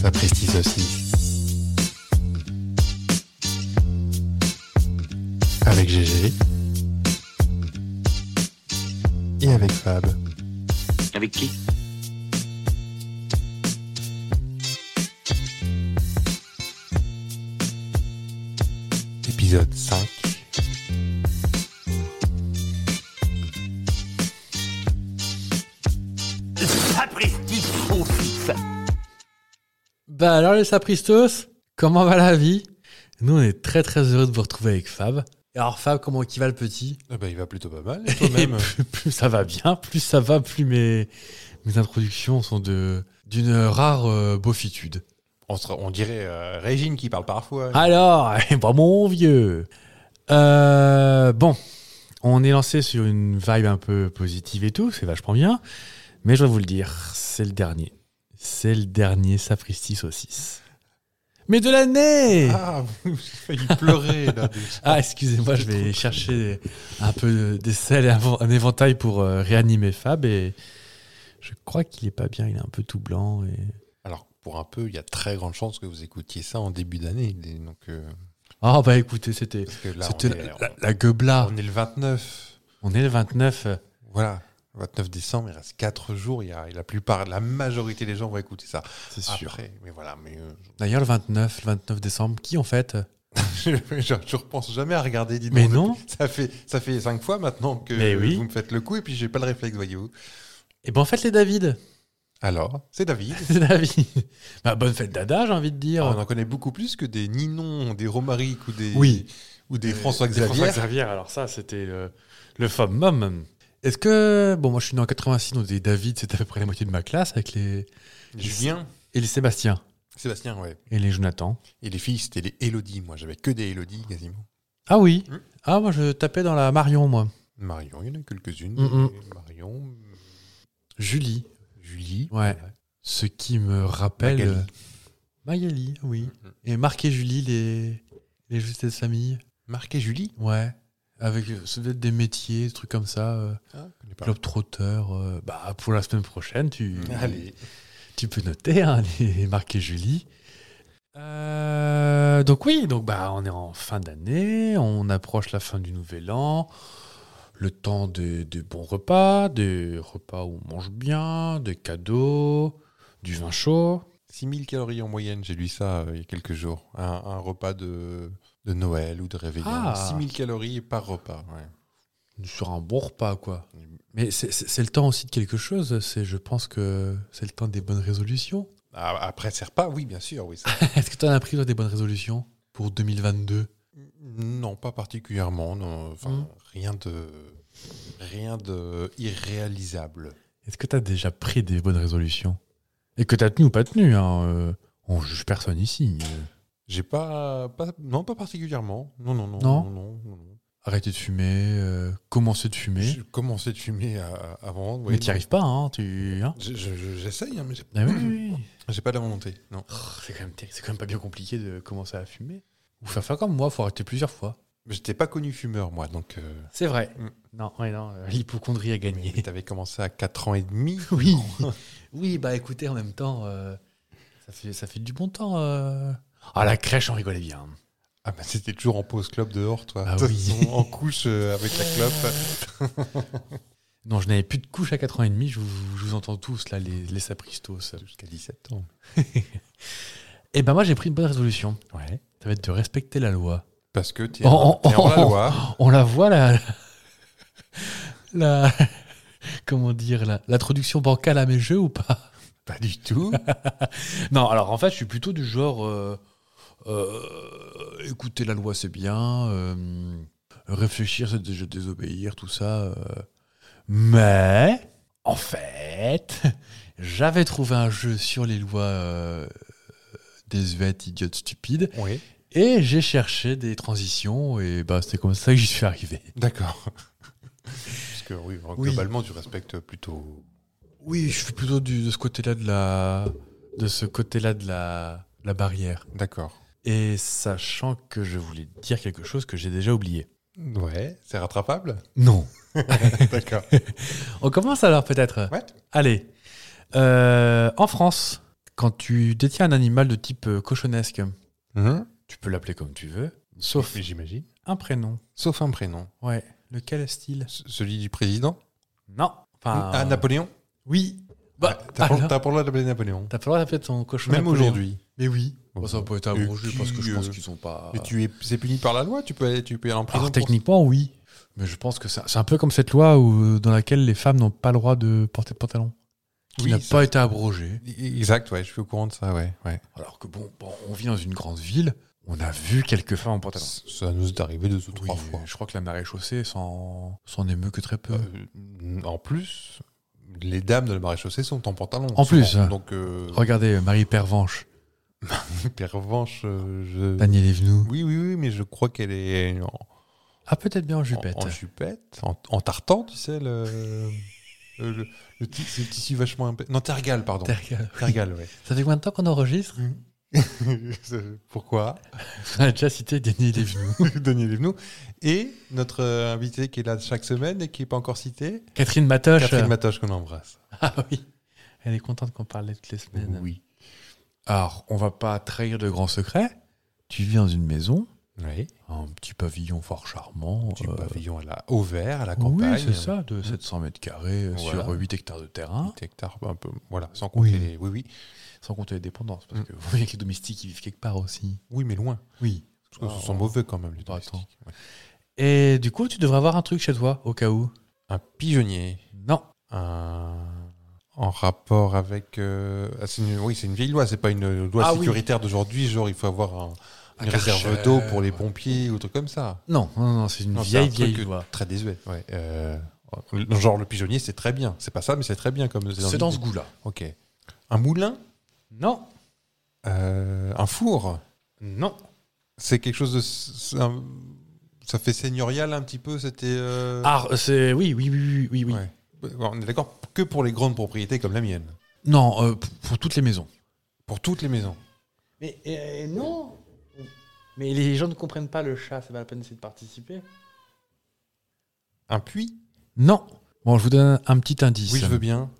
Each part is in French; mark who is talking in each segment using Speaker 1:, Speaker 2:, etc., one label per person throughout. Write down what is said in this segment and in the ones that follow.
Speaker 1: Ça précise aussi. Avec GG. Et avec Fab.
Speaker 2: Avec qui
Speaker 1: Épisode 5.
Speaker 2: Sapristi faux fils
Speaker 3: Bah alors les sapristos, comment va la vie Nous on est très très heureux de vous retrouver avec Fab. Et alors Fab, comment qui va le petit
Speaker 1: Ah bah, il va plutôt pas mal, et
Speaker 3: Et
Speaker 1: toi-même.
Speaker 3: plus, plus ça va bien, plus ça va, plus mes, mes introductions sont de d'une rare euh, beaufitude.
Speaker 1: on, se- on dirait euh, Régine qui parle parfois.
Speaker 3: Alors, eh ben, mon vieux Euh, Bon, on est lancé sur une vibe un peu positive et tout, c'est vachement bien. Mais je vais vous le dire, c'est le dernier. C'est le dernier Sapristi Saucisse. Mais de l'année
Speaker 1: Ah, j'ai failli pleurer là. déjà.
Speaker 3: Ah, excusez-moi, je vais chercher un peu de- des selles et un, un éventail pour euh, réanimer Fab. Et je crois qu'il est pas bien, il est un peu tout blanc. Et...
Speaker 1: Alors, pour un peu, il y a très grande chance que vous écoutiez ça en début d'année. des- Donc, euh,
Speaker 3: Ah, bah écoutez, c'était
Speaker 1: parce que là,
Speaker 3: c'était
Speaker 1: on
Speaker 3: la,
Speaker 1: est,
Speaker 3: la- la gueubla.
Speaker 1: on est le 29.
Speaker 3: On est le 29. euh,
Speaker 1: Voilà. 29 décembre, il reste 4 jours. Il y a, la plupart, la majorité des gens vont écouter ça.
Speaker 3: C'est sûr.
Speaker 1: Ah. Après, mais voilà. Mais euh,
Speaker 3: D'ailleurs, le 29, le 29 décembre, qui en fait euh,
Speaker 1: je, je, je repense jamais à regarder. dis
Speaker 3: Mais
Speaker 1: donc.
Speaker 3: non.
Speaker 1: Ça fait ça fait cinq fois maintenant que
Speaker 3: Mais oui.
Speaker 1: vous me faites le coup et puis j'ai pas le réflexe, voyez-vous.
Speaker 3: Eh ben, en fait, les David.
Speaker 1: Alors, c'est David.
Speaker 3: C'est David. Bah, bonne fête d'Ada, j'ai envie de dire.
Speaker 1: on en connaît beaucoup plus que des Ninon, des Romaric ou des
Speaker 3: Oui.
Speaker 1: ou des
Speaker 3: Euh,
Speaker 1: François
Speaker 3: des
Speaker 1: Xavier.
Speaker 3: François Xavier, alors ça, c'était le, le fameux. Est-ce que. Bon, moi, je suis né en 86, donc des David, c'est à peu près la moitié de ma classe, avec les.
Speaker 1: Julien,
Speaker 3: Et les Sébastien.
Speaker 1: Sébastien, ouais.
Speaker 3: Et les Jonathan.
Speaker 1: Et les filles, c'était les Élodie. Moi, j'avais que des Élodie quasiment.
Speaker 3: Ah oui.
Speaker 1: Hmm.
Speaker 3: Ah, moi, je tapais dans la Marion, moi.
Speaker 1: Marion, il y en a quelques-unes.
Speaker 3: Mm, mm.
Speaker 1: Marion,
Speaker 3: Julie.
Speaker 1: Julie.
Speaker 3: Ouais. Ce qui me rappelle. Mmh.
Speaker 1: Magali.
Speaker 3: Magali, ah oui.
Speaker 1: Mhm.
Speaker 3: Et Marc et Julie, les, les justesses famille.
Speaker 1: Marc et Julie.
Speaker 3: Ouais. Avec euh, ça devait être des métiers, des trucs comme ça. Euh,
Speaker 1: Ah, je connais pas.
Speaker 3: Globetrotter. euh, bah, pour la semaine prochaine, tu,
Speaker 1: Allez.
Speaker 3: tu peux noter hein, les Marc et Julie. Euh, donc oui, donc bah on est en fin d'année, on approche la fin du nouvel an, le temps de, de bons repas, des repas où on mange bien, des cadeaux, du vin chaud.
Speaker 1: 6000 calories en moyenne, j'ai lu ça euh, il y a quelques jours. Un, un repas de, de Noël ou de réveillon.
Speaker 3: Ah.
Speaker 1: 6000 calories par repas. ouais.
Speaker 3: sur un bon repas, quoi. Mais c'est- c'est c'est le temps aussi de quelque chose. C'est, je pense que c'est le temps des bonnes résolutions.
Speaker 1: Ah, Après ces repas, oui, bien sûr. Oui, ça-
Speaker 3: Est-ce que tu en as pris toi, des bonnes résolutions pour 2022
Speaker 1: non, pas particulièrement. non. Enfin,
Speaker 3: Mm.
Speaker 1: rien de rien de irréalisable.
Speaker 3: Est-ce que tu as déjà pris des bonnes résolutions Et que tu as tenu ou pas tenu hein, euh, On juge personne ici. euh.
Speaker 1: J'ai pas, pas non pas particulièrement. Non non non
Speaker 3: Non.
Speaker 1: non, non, non.
Speaker 3: Arrêter de fumer, euh, commencer de fumer.
Speaker 1: J'ai commencé de fumer à- avant. oui,
Speaker 3: Mais tu n'y
Speaker 1: non.
Speaker 3: arrives pas, hein, tu... hein
Speaker 1: Je- je- je- J'essaye, hein, mais j'ai-
Speaker 3: Ah oui, oui, oui.
Speaker 1: j'ai pas la volonté. Non.
Speaker 3: Oh, C'est quand, même terri- c'est quand même pas bien compliqué de commencer à fumer. Ou faire, faire comme moi, faut arrêter plusieurs fois.
Speaker 1: J'étais pas connu fumeur moi, donc. euh,
Speaker 3: C'est vrai.
Speaker 1: Mm.
Speaker 3: Non, ouais, non, euh, l'hypocondrie a gagné.
Speaker 1: Mais t'avais commencé à 4 ans et demi.
Speaker 3: Oui. oui, bah écoutez, en même temps, euh, ça, fait, ça fait du bon temps. euh. Ah, la crèche, on rigolait bien.
Speaker 1: Ah bah c'était toujours en pause club dehors, toi.
Speaker 3: Ah
Speaker 1: Toi,
Speaker 3: oui.
Speaker 1: ils sont en couche euh, avec la clope.
Speaker 3: Non, je n'avais plus de couche à 4 ans et demi, je vous, je vous entends tous, là, les, les sapristos.
Speaker 1: Jusqu'à 17 ans.
Speaker 3: Eh ben moi, j'ai pris une bonne résolution. Ouais. Ça va être de respecter la loi.
Speaker 1: Parce que t'es
Speaker 3: Oh,
Speaker 1: en,
Speaker 3: oh,
Speaker 1: t'es en la
Speaker 3: oh,
Speaker 1: loi.
Speaker 3: On la voit, la... la comment dire, la- l'introduction bancale à mes jeux ou pas
Speaker 1: Pas du tout.
Speaker 3: Non, alors en fait, je suis plutôt du genre euh, euh, écouter la loi, c'est bien, euh, réfléchir, c'est déjà désobéir, tout ça. euh. Mais, en fait, j'avais trouvé un jeu sur les lois euh, désuètes, idiotes, stupides,
Speaker 1: oui.
Speaker 3: et j'ai cherché des transitions, et bah, c'est comme ça que j'y suis arrivé.
Speaker 1: D'accord. Parce que oui,
Speaker 3: Oui.
Speaker 1: globalement, tu respectes plutôt.
Speaker 3: Oui, je suis plutôt du- de ce côté-là de la, de ce côté-là de la, la barrière.
Speaker 1: D'accord.
Speaker 3: Et sachant que je voulais dire quelque chose que j'ai déjà oublié.
Speaker 1: Ouais. C'est rattrapable
Speaker 3: Non.
Speaker 1: D'accord.
Speaker 3: On commence alors peut-être.
Speaker 1: Ouais.
Speaker 3: Allez. Euh, en France, quand tu détiens un animal de type euh, cochonnesque,
Speaker 1: Mhm.
Speaker 3: tu peux l'appeler comme tu veux, sauf
Speaker 1: Mais J'imagine.
Speaker 3: un prénom.
Speaker 1: Sauf un prénom.
Speaker 3: Ouais. Lequel est-il
Speaker 1: C- Celui du président
Speaker 3: Non. Enfin,
Speaker 1: Ah, Napoléon
Speaker 3: Oui. Bah,
Speaker 1: Ah, T'as pas
Speaker 3: alors,
Speaker 1: t'as pas le droit d'appeler Napoléon.
Speaker 3: t'as pas le droit d'appeler ton cochon.
Speaker 1: Même
Speaker 3: Napoléon.
Speaker 1: aujourd'hui.
Speaker 3: Mais oui.
Speaker 1: Bon,
Speaker 3: Bon, ça peut être
Speaker 1: Et
Speaker 3: abrogé parce que je
Speaker 1: puis,
Speaker 3: pense
Speaker 1: euh,
Speaker 3: qu'ils sont pas.
Speaker 1: Mais tu es, c'est puni par la loi, tu peux aller, tu peux aller en prison.
Speaker 3: Alors,
Speaker 1: pour-
Speaker 3: techniquement, oui. Mais je pense que ça- c'est un peu comme cette loi où, euh, dans laquelle les femmes n'ont pas le droit de porter de pantalon. Qui
Speaker 1: Oui,
Speaker 3: n'a
Speaker 1: ça-
Speaker 3: pas été abrogée.
Speaker 1: Exact, ouais, je suis au courant de ça, ouais. ouais.
Speaker 3: Alors que bon, bon, on vit dans une grande ville, on a vu quelques femmes en pantalon.
Speaker 1: Ça ça nous est arrivé deux ou trois
Speaker 3: Oui,
Speaker 1: fois.
Speaker 3: Je crois que la maréchaussée s'en s'en émeut que très peu.
Speaker 1: Euh, en plus, les dames de la maréchaussée sont en pantalon.
Speaker 3: En plus,
Speaker 1: souvent.
Speaker 3: hein.
Speaker 1: Donc, euh,
Speaker 3: Regardez, Marie Pervenche,
Speaker 1: pervenche, euh, je.
Speaker 3: Daniel Evenou.
Speaker 1: Oui, oui, oui, mais je crois qu'elle est en,
Speaker 3: Ah, peut-être bien en jupette.
Speaker 1: en, en jupette, en, en tartan, tu sais, le. euh, le, le- le ti- c'est le tissu vachement. impé- Non, tergal, pardon.
Speaker 3: Tergal.
Speaker 1: Tergal, ouais.
Speaker 3: Ça fait combien de temps qu'on enregistre
Speaker 1: Pourquoi
Speaker 3: On a déjà cité Daniel Evenou.
Speaker 1: Daniel Evenou. Et notre euh, invité qui est là chaque semaine et qui n'est pas encore cité,
Speaker 3: Catherine Matoche.
Speaker 1: Catherine Matoche qu'on embrasse.
Speaker 3: Ah oui. Elle est contente qu'on parle toutes les semaines.
Speaker 1: Oui.
Speaker 3: Alors, on va pas trahir de grands secrets. Tu vis dans une maison,
Speaker 1: Oui.
Speaker 3: un petit pavillon fort charmant.
Speaker 1: Du
Speaker 3: euh,
Speaker 1: pavillon à la, au vert, à la campagne.
Speaker 3: Oui, c'est ça, de 700 mètres carrés euh,
Speaker 1: Voilà.
Speaker 3: sur 8 hectares de terrain,
Speaker 1: 8 hectares, un peu, voilà, sans compter
Speaker 3: Oui.
Speaker 1: les- oui, oui.
Speaker 3: sans compter les dépendances, parce
Speaker 1: Mm.
Speaker 3: que vous voyez que les domestiques qui vivent quelque part aussi.
Speaker 1: Oui, mais loin.
Speaker 3: Oui.
Speaker 1: Parce que
Speaker 3: Ah,
Speaker 1: ce sont
Speaker 3: on-
Speaker 1: mauvais quand même, les
Speaker 3: Bah, attends.
Speaker 1: domestiques. Ouais.
Speaker 3: Et du coup, tu devrais avoir un truc chez toi, au cas où.
Speaker 1: Un pigeonnier.
Speaker 3: Non.
Speaker 1: Un... En rapport avec. euh, ah, c'est une- oui, c'est une vieille loi, c'est pas une loi
Speaker 3: Ah oui.
Speaker 1: sécuritaire d'd'aujourd'hui, genre il faut avoir un-
Speaker 3: Un
Speaker 1: une réserve
Speaker 3: Karcher,
Speaker 1: d'eau pour les
Speaker 3: ouais.
Speaker 1: pompiers ou truc comme ça.
Speaker 3: Non, non, non, c'est une
Speaker 1: Non, c'est un
Speaker 3: vieille,
Speaker 1: truc
Speaker 3: vieille
Speaker 1: que-
Speaker 3: loi.
Speaker 1: Très désuet. Ouais. Euh, le- genre le pigeonnier, c'est très bien. C'est pas ça, mais c'est très bien comme.
Speaker 3: C'est dans ce goût-là.
Speaker 1: Ok. Un moulin,
Speaker 3: Non.
Speaker 1: euh, un four,
Speaker 3: Non.
Speaker 1: c'est quelque chose de. c'est un- ça fait seigneurial un petit peu. C'était. euh,
Speaker 3: Ah, c'est. Oui, oui, oui, oui, oui. oui.
Speaker 1: Ouais. On est d'accord que pour les grandes propriétés comme la mienne.
Speaker 3: Non, euh, p- pour toutes les maisons.
Speaker 1: Pour toutes les maisons.
Speaker 4: Mais euh, non Mais les gens ne comprennent pas le chat, c'est pas la peine d'essayer de participer.
Speaker 1: Un puits.
Speaker 3: Non. Bon, je vous donne un petit indice.
Speaker 1: Oui, je veux bien.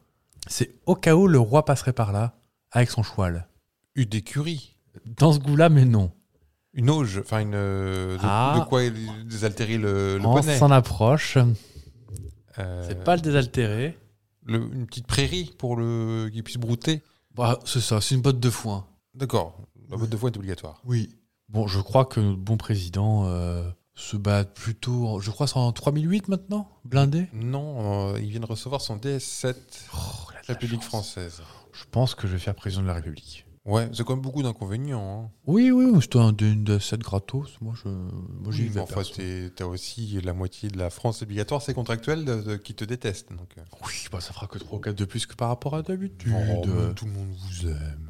Speaker 3: C'est au cas où le roi passerait par là, avec son choual.
Speaker 1: Une écurie.
Speaker 3: Dans ce goût-là, mais non.
Speaker 1: Une auge. Enfin, une. euh, De,
Speaker 3: Ah.
Speaker 1: de quoi désaltérer le, le
Speaker 3: On
Speaker 1: bonnet.
Speaker 3: s'en approche.
Speaker 1: Euh,
Speaker 3: C'est pas le désaltéré.
Speaker 1: le- une petite prairie pour le qu'il puisse brouter.
Speaker 3: Bah, c'est ça, c'est une botte de foin.
Speaker 1: D'accord. La botte de foin est obligatoire.
Speaker 3: Oui. Bon, je crois que notre bon président euh, se bat plutôt, je crois, c'est en 3008 maintenant, blindé.
Speaker 1: Non, euh, il vient de recevoir son DS7
Speaker 3: Oh, il a de la
Speaker 1: République
Speaker 3: chance.
Speaker 1: française.
Speaker 3: Je pense que je vais faire président de la République.
Speaker 1: Ouais, c'est quand même beaucoup d'inconvénients. hein.
Speaker 3: Oui, oui, c'était un d'une de 7 gratos. Moi, je, moi, j'y
Speaker 1: Oui, mais
Speaker 3: vais.
Speaker 1: enfin,
Speaker 3: perso.
Speaker 1: t'es- t'as aussi la moitié de la France obligatoire, c'est contractuel, de- de- qui te déteste. Donc, euh,
Speaker 3: Oui, bah, ça fera que 3 ou 4 de plus que par rapport à d'habitude. Euh,
Speaker 1: oh, mais tout le monde vous aime.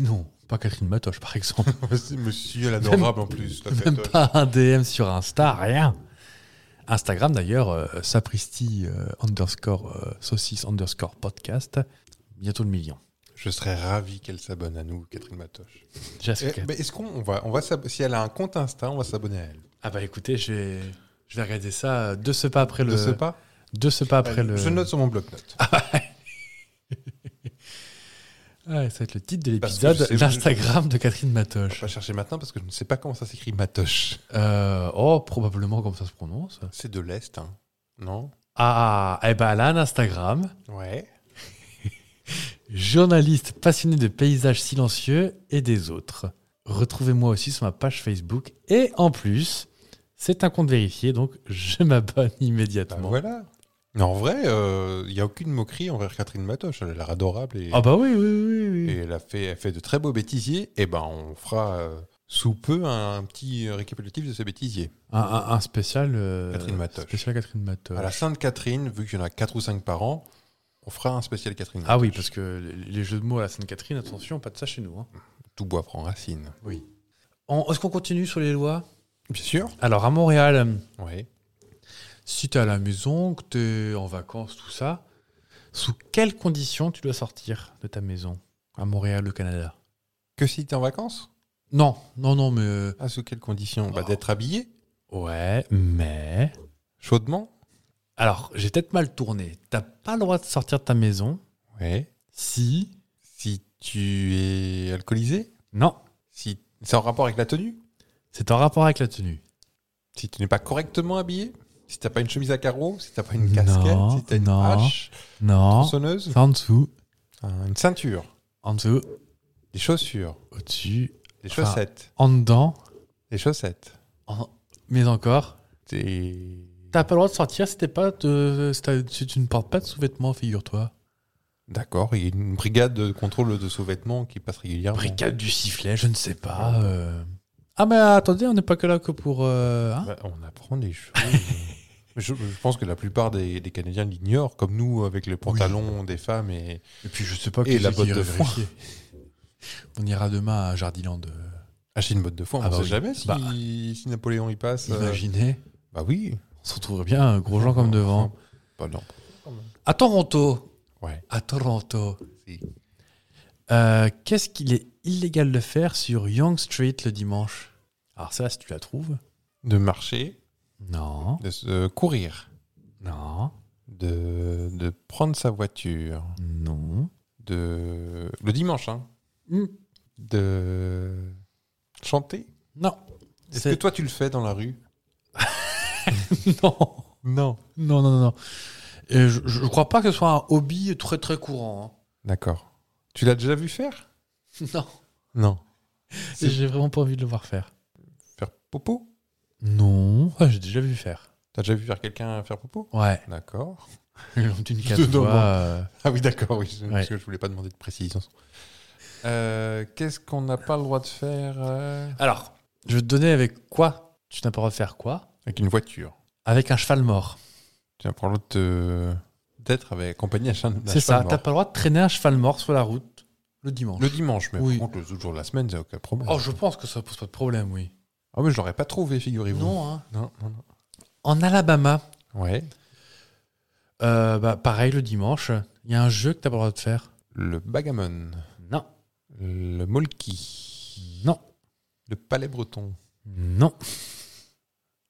Speaker 3: Non, pas Catherine Matoche, par exemple.
Speaker 1: Monsieur, monsieur, elle est adorable en plus. la
Speaker 3: Même
Speaker 1: fête.
Speaker 3: pas un DM sur Insta, rien. Instagram d'ailleurs, euh, sapristi euh, underscore euh, saucisse underscore podcast. Bientôt le million.
Speaker 1: Je serais ravi qu'elle s'abonne à nous, Catherine Matoche.
Speaker 3: Déjà, c'est
Speaker 1: Eh,
Speaker 3: clair.
Speaker 1: mais Est-ce qu'on on va, on va s'ab- si elle a un compte Insta, on va s'abonner à elle.
Speaker 3: Ah bah écoutez, je vais, je vais regarder ça euh, deux ce pas après le.
Speaker 1: De ce pas
Speaker 3: deux ce pas après
Speaker 1: Euh,
Speaker 3: le.
Speaker 1: Je note sur mon bloc-note.
Speaker 3: Ouais, ça va être le titre de
Speaker 1: Parce que je
Speaker 3: l'épisode,
Speaker 1: sais-
Speaker 3: l'Instagram de Catherine
Speaker 1: Je
Speaker 3: Matoche.
Speaker 1: vais chercher maintenant parce que je ne sais pas comment ça s'écrit Matoche.
Speaker 3: Euh, oh, probablement comme ça se prononce.
Speaker 1: C'est de l'est, hein. non
Speaker 3: Ah, eh ben là, un Instagram.
Speaker 1: Ouais.
Speaker 3: journaliste passionné de paysages silencieux et des autres. Retrouvez-moi aussi sur ma page Facebook. Et en plus, c'est un compte vérifié, donc je m'abonne
Speaker 1: Bah,
Speaker 3: immédiatement.
Speaker 1: voilà. Mais en vrai, il n'y a aucune moquerie envers Catherine Matoche. Elle a l'air adorable et,
Speaker 3: Ah bah oui, oui, oui, oui.
Speaker 1: et elle, a fait, elle fait de très beaux bêtisiers. Et ben, on fera euh, sous peu un, un petit récapitulatif de ces bêtisiers.
Speaker 3: Un, un- un spécial, euh,
Speaker 1: Catherine Matoche.
Speaker 3: spécial Catherine Matoche.
Speaker 1: À la Sainte-Catherine, vu qu'il y en a 4 ou 5 par an, on fera un spécial Catherine
Speaker 3: Ah oui,
Speaker 1: Matoche.
Speaker 3: parce que les jeux de mots à la Sainte-Catherine, attention, pas de ça chez nous. hein.
Speaker 1: Tout bois prend racine.
Speaker 3: En- Est-ce qu'on continue sur les lois
Speaker 1: Bien sûr.
Speaker 3: Alors à Montréal, euh,
Speaker 1: Oui.
Speaker 3: si t'es à la maison, que t'es en vacances, tout ça, sous quelles conditions tu dois sortir de ta maison à Montréal, au Canada
Speaker 1: Que si tu es en vacances
Speaker 3: Non, non, non, mais. euh,
Speaker 1: Ah, sous quelles conditions bah,
Speaker 3: Oh.
Speaker 1: D'être habillé
Speaker 3: Ouais, mais.
Speaker 1: chaudement
Speaker 3: Alors, j'ai peut-être mal tourné. T'as pas le droit de sortir de ta maison
Speaker 1: Oui.
Speaker 3: Si.
Speaker 1: Si tu es alcoolisé,
Speaker 3: Non.
Speaker 1: si c'est en rapport avec la tenue,
Speaker 3: C'est en rapport avec la tenue.
Speaker 1: si tu n'es pas correctement habillé, si t'as pas une chemise à carreaux, si t'as pas une casquette,
Speaker 3: Non,
Speaker 1: si t'as une
Speaker 3: non.
Speaker 1: hache,
Speaker 3: Non.
Speaker 1: tronçonneuse,
Speaker 3: C'est en dessous.
Speaker 1: un- une ceinture,
Speaker 3: En dessous.
Speaker 1: des chaussures,
Speaker 3: Au-dessus.
Speaker 1: des
Speaker 3: Enfin.
Speaker 1: chaussettes,
Speaker 3: En dedans.
Speaker 1: des chaussettes,
Speaker 3: en- Mais encore.
Speaker 1: des...
Speaker 3: T'as pas le droit de sortir si t'es pas de... si t'as- si tu ne portes pas de sous-vêtements, figure-toi.
Speaker 1: D'accord, il y a une brigade de contrôle de sous-vêtements qui passe régulièrement.
Speaker 3: Brigade du sifflet, je ne sais pas. euh. Ah mais attendez, on n'est pas que là que pour... euh, hein
Speaker 1: Bah, on apprend des choses. je, je pense que la plupart des, des Canadiens l'ignorent, comme nous avec les pantalons des femmes et
Speaker 3: et puis je sais pas
Speaker 1: Et
Speaker 3: qui
Speaker 1: la
Speaker 3: c'est
Speaker 1: botte
Speaker 3: qui irait
Speaker 1: de foin.
Speaker 3: vérifier. On ira demain à Jardiland. euh,
Speaker 1: acheter une botte de foin.
Speaker 3: Ah
Speaker 1: on
Speaker 3: bah
Speaker 1: sait
Speaker 3: oui.
Speaker 1: jamais si,
Speaker 3: Bah.
Speaker 1: si Napoléon y passe. euh,
Speaker 3: Imaginez.
Speaker 1: Bah oui.
Speaker 3: On se retrouverait bien un gros gens comme devant.
Speaker 1: Bah non.
Speaker 3: À Toronto.
Speaker 1: Ouais.
Speaker 3: À Toronto.
Speaker 1: Si.
Speaker 3: Euh, Qu'est-ce qu'il est illégal de faire sur Young Street le dimanche Alors ça, si tu la trouves.
Speaker 1: De marcher,
Speaker 3: Non.
Speaker 1: de se- courir,
Speaker 3: Non.
Speaker 1: de, de prendre sa voiture,
Speaker 3: Non.
Speaker 1: de le dimanche, hein,
Speaker 3: Hmm.
Speaker 1: de chanter.
Speaker 3: Non.
Speaker 1: Est-ce que
Speaker 3: C'est-
Speaker 1: toi tu le fais dans la rue
Speaker 3: non.
Speaker 1: Non.
Speaker 3: Non, non, non, non. Et je, je crois pas que ce soit un hobby très très courant.
Speaker 1: D'accord. Tu l'as déjà vu faire
Speaker 3: hein. Non.
Speaker 1: Non. C'est-
Speaker 3: J'ai vraiment pas envie de le voir faire.
Speaker 1: Faire popo
Speaker 3: Non. Ah, J'ai déjà vu faire.
Speaker 1: T'as déjà vu faire quelqu'un faire popo
Speaker 3: Ouais.
Speaker 1: D'accord.
Speaker 3: Ils l'ont une
Speaker 1: Je
Speaker 3: quatre
Speaker 1: te demande.
Speaker 3: fois, euh,
Speaker 1: Ah oui, d'accord, oui, je-
Speaker 3: Ouais.
Speaker 1: parce que je voulais pas demander de précision. Euh, Qu'est-ce qu'on n'a pas le droit de faire euh,
Speaker 3: Alors, je vais te donner avec quoi tu n'as pas le droit de faire quoi
Speaker 1: Avec une voiture.
Speaker 3: Avec un cheval mort.
Speaker 1: Tu n'as pas le droit de te- d'être avec compagnie à cheval
Speaker 3: C'est ça,
Speaker 1: mort.
Speaker 3: t'as pas le droit de traîner un cheval mort sur la route le dimanche.
Speaker 1: Le dimanche, mais
Speaker 3: Oui.
Speaker 1: par contre, le jour de la semaine, c'est aucun problème.
Speaker 3: Oh, je pense que ça pose pas de problème, oui.
Speaker 1: Ah oui, je l'aurais pas trouvé, figurez-vous.
Speaker 3: hein.
Speaker 1: Non, non, non.
Speaker 3: En Alabama,
Speaker 1: Ouais.
Speaker 3: euh, bah, pareil le dimanche, il y a un jeu que t'as pas le droit de faire.
Speaker 1: Le Bagamon.
Speaker 3: Non.
Speaker 1: Le Molki.
Speaker 3: Non.
Speaker 1: Le Palais Breton.
Speaker 3: Non.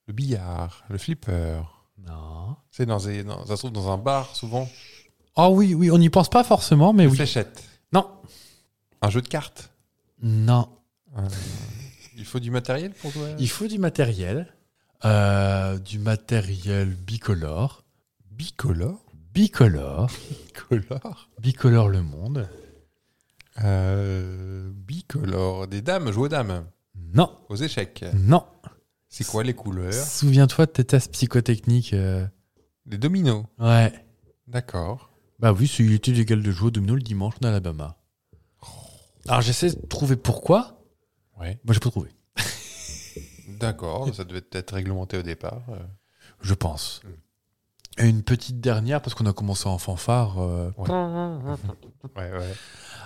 Speaker 1: Le billard. Le flipper.
Speaker 3: Non.
Speaker 1: C'est dans des- dans- ça se trouve dans un bar, souvent.
Speaker 3: Oh oui, oui, on n'y pense pas forcément, mais
Speaker 1: Une
Speaker 3: Eh oui.
Speaker 1: fléchette.
Speaker 3: Non.
Speaker 1: Un jeu de cartes.
Speaker 3: Non.
Speaker 1: Il faut du matériel pour toi
Speaker 3: Il faut du matériel. euh, du matériel bicolore.
Speaker 1: Bicolore
Speaker 3: Bicolore.
Speaker 1: Bicolore
Speaker 3: Bicolore le monde.
Speaker 1: euh, Bicolore. Des dames, jouer aux dames,
Speaker 3: Non.
Speaker 1: aux échecs.
Speaker 3: Non.
Speaker 1: C'est quoi les couleurs
Speaker 3: Souviens-toi de tes tests psychotechniques. euh,
Speaker 1: Les dominos.
Speaker 3: Ouais.
Speaker 1: D'accord.
Speaker 3: Bah oui, c'est il était légal de jouer au domino le dimanche en Alabama. Alors j'essaie de trouver pourquoi.
Speaker 1: Ouais.
Speaker 3: Moi j'ai pas trouvé.
Speaker 1: D'accord, ça devait peut-être réglementé au départ. euh.
Speaker 3: Je pense. Et une petite dernière parce qu'on a commencé en fanfare euh,
Speaker 1: Ouais, ouais.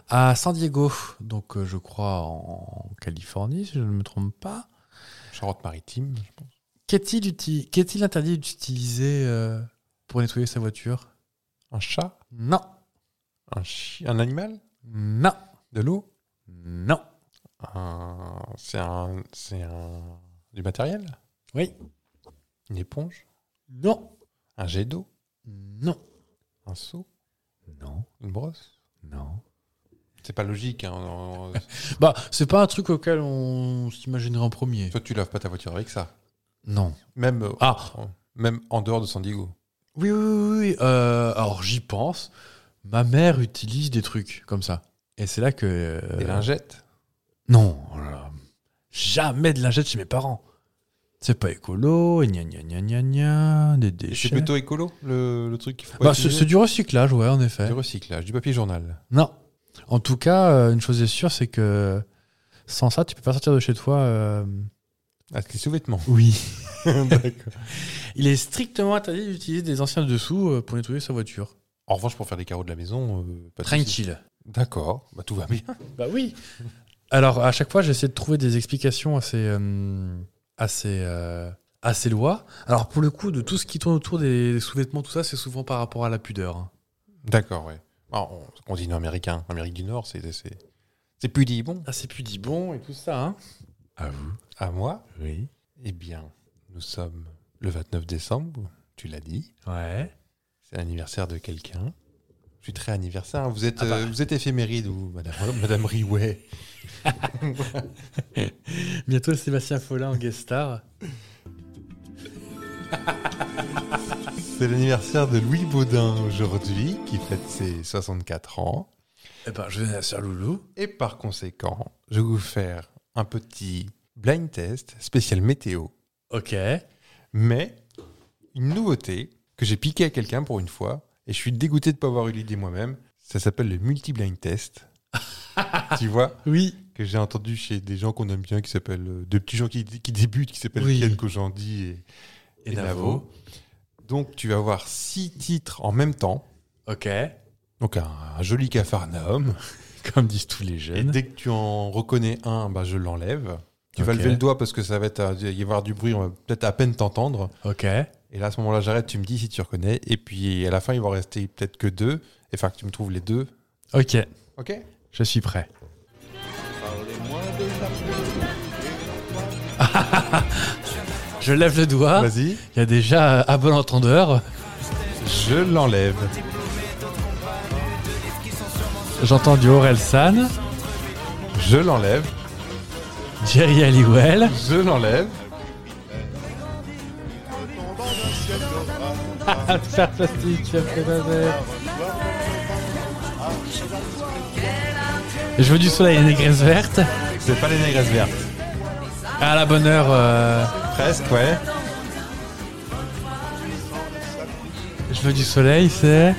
Speaker 3: à San Diego, donc euh, je crois en Californie si je ne me trompe pas.
Speaker 1: Charente-Maritime, je pense.
Speaker 3: Qu'est-il uti- qu'est-il interdit d'utiliser euh, pour nettoyer sa voiture
Speaker 1: Un chat
Speaker 3: Non,
Speaker 1: Un chien Un animal
Speaker 3: non,
Speaker 1: De l'eau
Speaker 3: non.
Speaker 1: Un- C'est un... C'est un... Du matériel
Speaker 3: Oui.
Speaker 1: Une éponge
Speaker 3: Non,
Speaker 1: Un jet d'eau
Speaker 3: non,
Speaker 1: Un seau
Speaker 3: non,
Speaker 1: Une brosse
Speaker 3: non.
Speaker 1: C'est pas logique. Hein. on- on-
Speaker 3: Bah c'est pas un truc auquel on s'imaginerait en premier.
Speaker 1: Toi, tu laves pas ta voiture avec ça.
Speaker 3: Non.
Speaker 1: Même, euh,
Speaker 3: Ah,
Speaker 1: en- même en dehors de San Diego.
Speaker 3: Oui, oui, oui. oui. Euh, alors, j'y pense. Ma mère utilise des trucs comme ça. Et c'est là que. euh,
Speaker 1: Des lingettes.
Speaker 3: Non. oh là là. Jamais de lingettes chez mes parents. C'est pas écolo, et gna gna gna gna gna, des
Speaker 1: Et
Speaker 3: déchets.
Speaker 1: C'est plutôt écolo, le, le truc qu'il faut pas
Speaker 3: Bah, c'est
Speaker 1: utiliser
Speaker 3: c'est du recyclage, ouais, en effet.
Speaker 1: Du recyclage, du papier journal.
Speaker 3: Non. En tout cas, euh, une chose est sûre, c'est que sans ça, tu peux pas sortir de chez toi. euh,
Speaker 1: Ah, c'est sous-vêtements.
Speaker 3: Oui.
Speaker 1: D'accord.
Speaker 3: Il est strictement interdit d'utiliser des anciens dessous euh, pour nettoyer sa voiture.
Speaker 1: En revanche, pour faire des carreaux de la maison, euh, pas de souci.
Speaker 3: Tranquille.
Speaker 1: D'accord, bah, tout va bien.
Speaker 3: Bah oui. Alors à chaque fois, j'essaie de trouver des explications à ces, euh, à ces, euh, à ces lois. Alors pour le coup, de tout ce qui tourne autour des, des sous-vêtements, tout ça, c'est souvent par rapport à la pudeur. hein.
Speaker 1: D'accord, ouais. Alors, on, continent américain, Amérique du Nord, c'est c'est c'est pudibon.
Speaker 3: Ah, c'est pudibon et tout ça. Hein à vous.
Speaker 1: À moi,
Speaker 3: Oui.
Speaker 1: eh bien, nous sommes le 29 décembre. Tu l'as dit,
Speaker 3: Ouais.
Speaker 1: c'est l'anniversaire de quelqu'un. Je suis très anniversaire. hein. Vous êtes,
Speaker 3: Ah bah.
Speaker 1: euh, vous êtes éphéméride, vous, madame, madame Riouet.
Speaker 4: Bientôt le Sébastien Follin en guest star.
Speaker 1: C'est l'anniversaire de Louis Baudin aujourd'hui, qui fête ses 64 ans.
Speaker 3: Eh ben, je vais à la sœur Loulou.
Speaker 1: Et par conséquent, je vais vous faire un petit blind test spécial météo.
Speaker 3: Ok.
Speaker 1: Mais une nouveauté que j'ai piqué à quelqu'un pour une fois, et je suis dégoûté de ne pas avoir eu l'idée moi-même, ça s'appelle le multi-blind test. tu vois
Speaker 4: Oui.
Speaker 1: Que j'ai entendu chez des gens qu'on aime bien, qui s'appellent. euh, Deux petits gens qui, qui débutent, qui s'appellent
Speaker 4: Oui.
Speaker 1: Ken Kojandi et,
Speaker 3: Et
Speaker 1: et
Speaker 3: Navo.
Speaker 1: Navo. Donc tu vas avoir six titres en même temps.
Speaker 3: Ok.
Speaker 1: Donc un, un joli cafarnaum.
Speaker 3: Comme disent tous les
Speaker 1: Et
Speaker 3: jeunes.
Speaker 1: dès que tu en reconnais un, bah, je l'enlève. Tu vas
Speaker 3: Ok.
Speaker 1: lever le doigt parce que ça va être, y avoir du bruit, on va peut-être à peine t'entendre.
Speaker 3: Ok.
Speaker 1: Et là, à ce moment-là, j'arrête, tu me dis si tu reconnais. Et puis, à la fin, il va en rester peut-être que deux. Et enfin, que tu me trouves les deux.
Speaker 3: Ok.
Speaker 1: OK
Speaker 3: Je suis prêt. Je lève le doigt.
Speaker 1: Vas-y,
Speaker 3: Il y a déjà euh, à bon entendeur.
Speaker 1: je l'enlève.
Speaker 3: J'entends du Aurel San,
Speaker 1: Je l'enlève.
Speaker 3: Jerry Halliwell.
Speaker 1: Je l'enlève.
Speaker 4: Faire plastique,
Speaker 3: Je veux du soleil et des graisses vertes.
Speaker 1: C'est pas les négresses vertes.
Speaker 3: À la bonne heure, euh,
Speaker 1: Presque, ouais.
Speaker 3: je veux du soleil, c'est.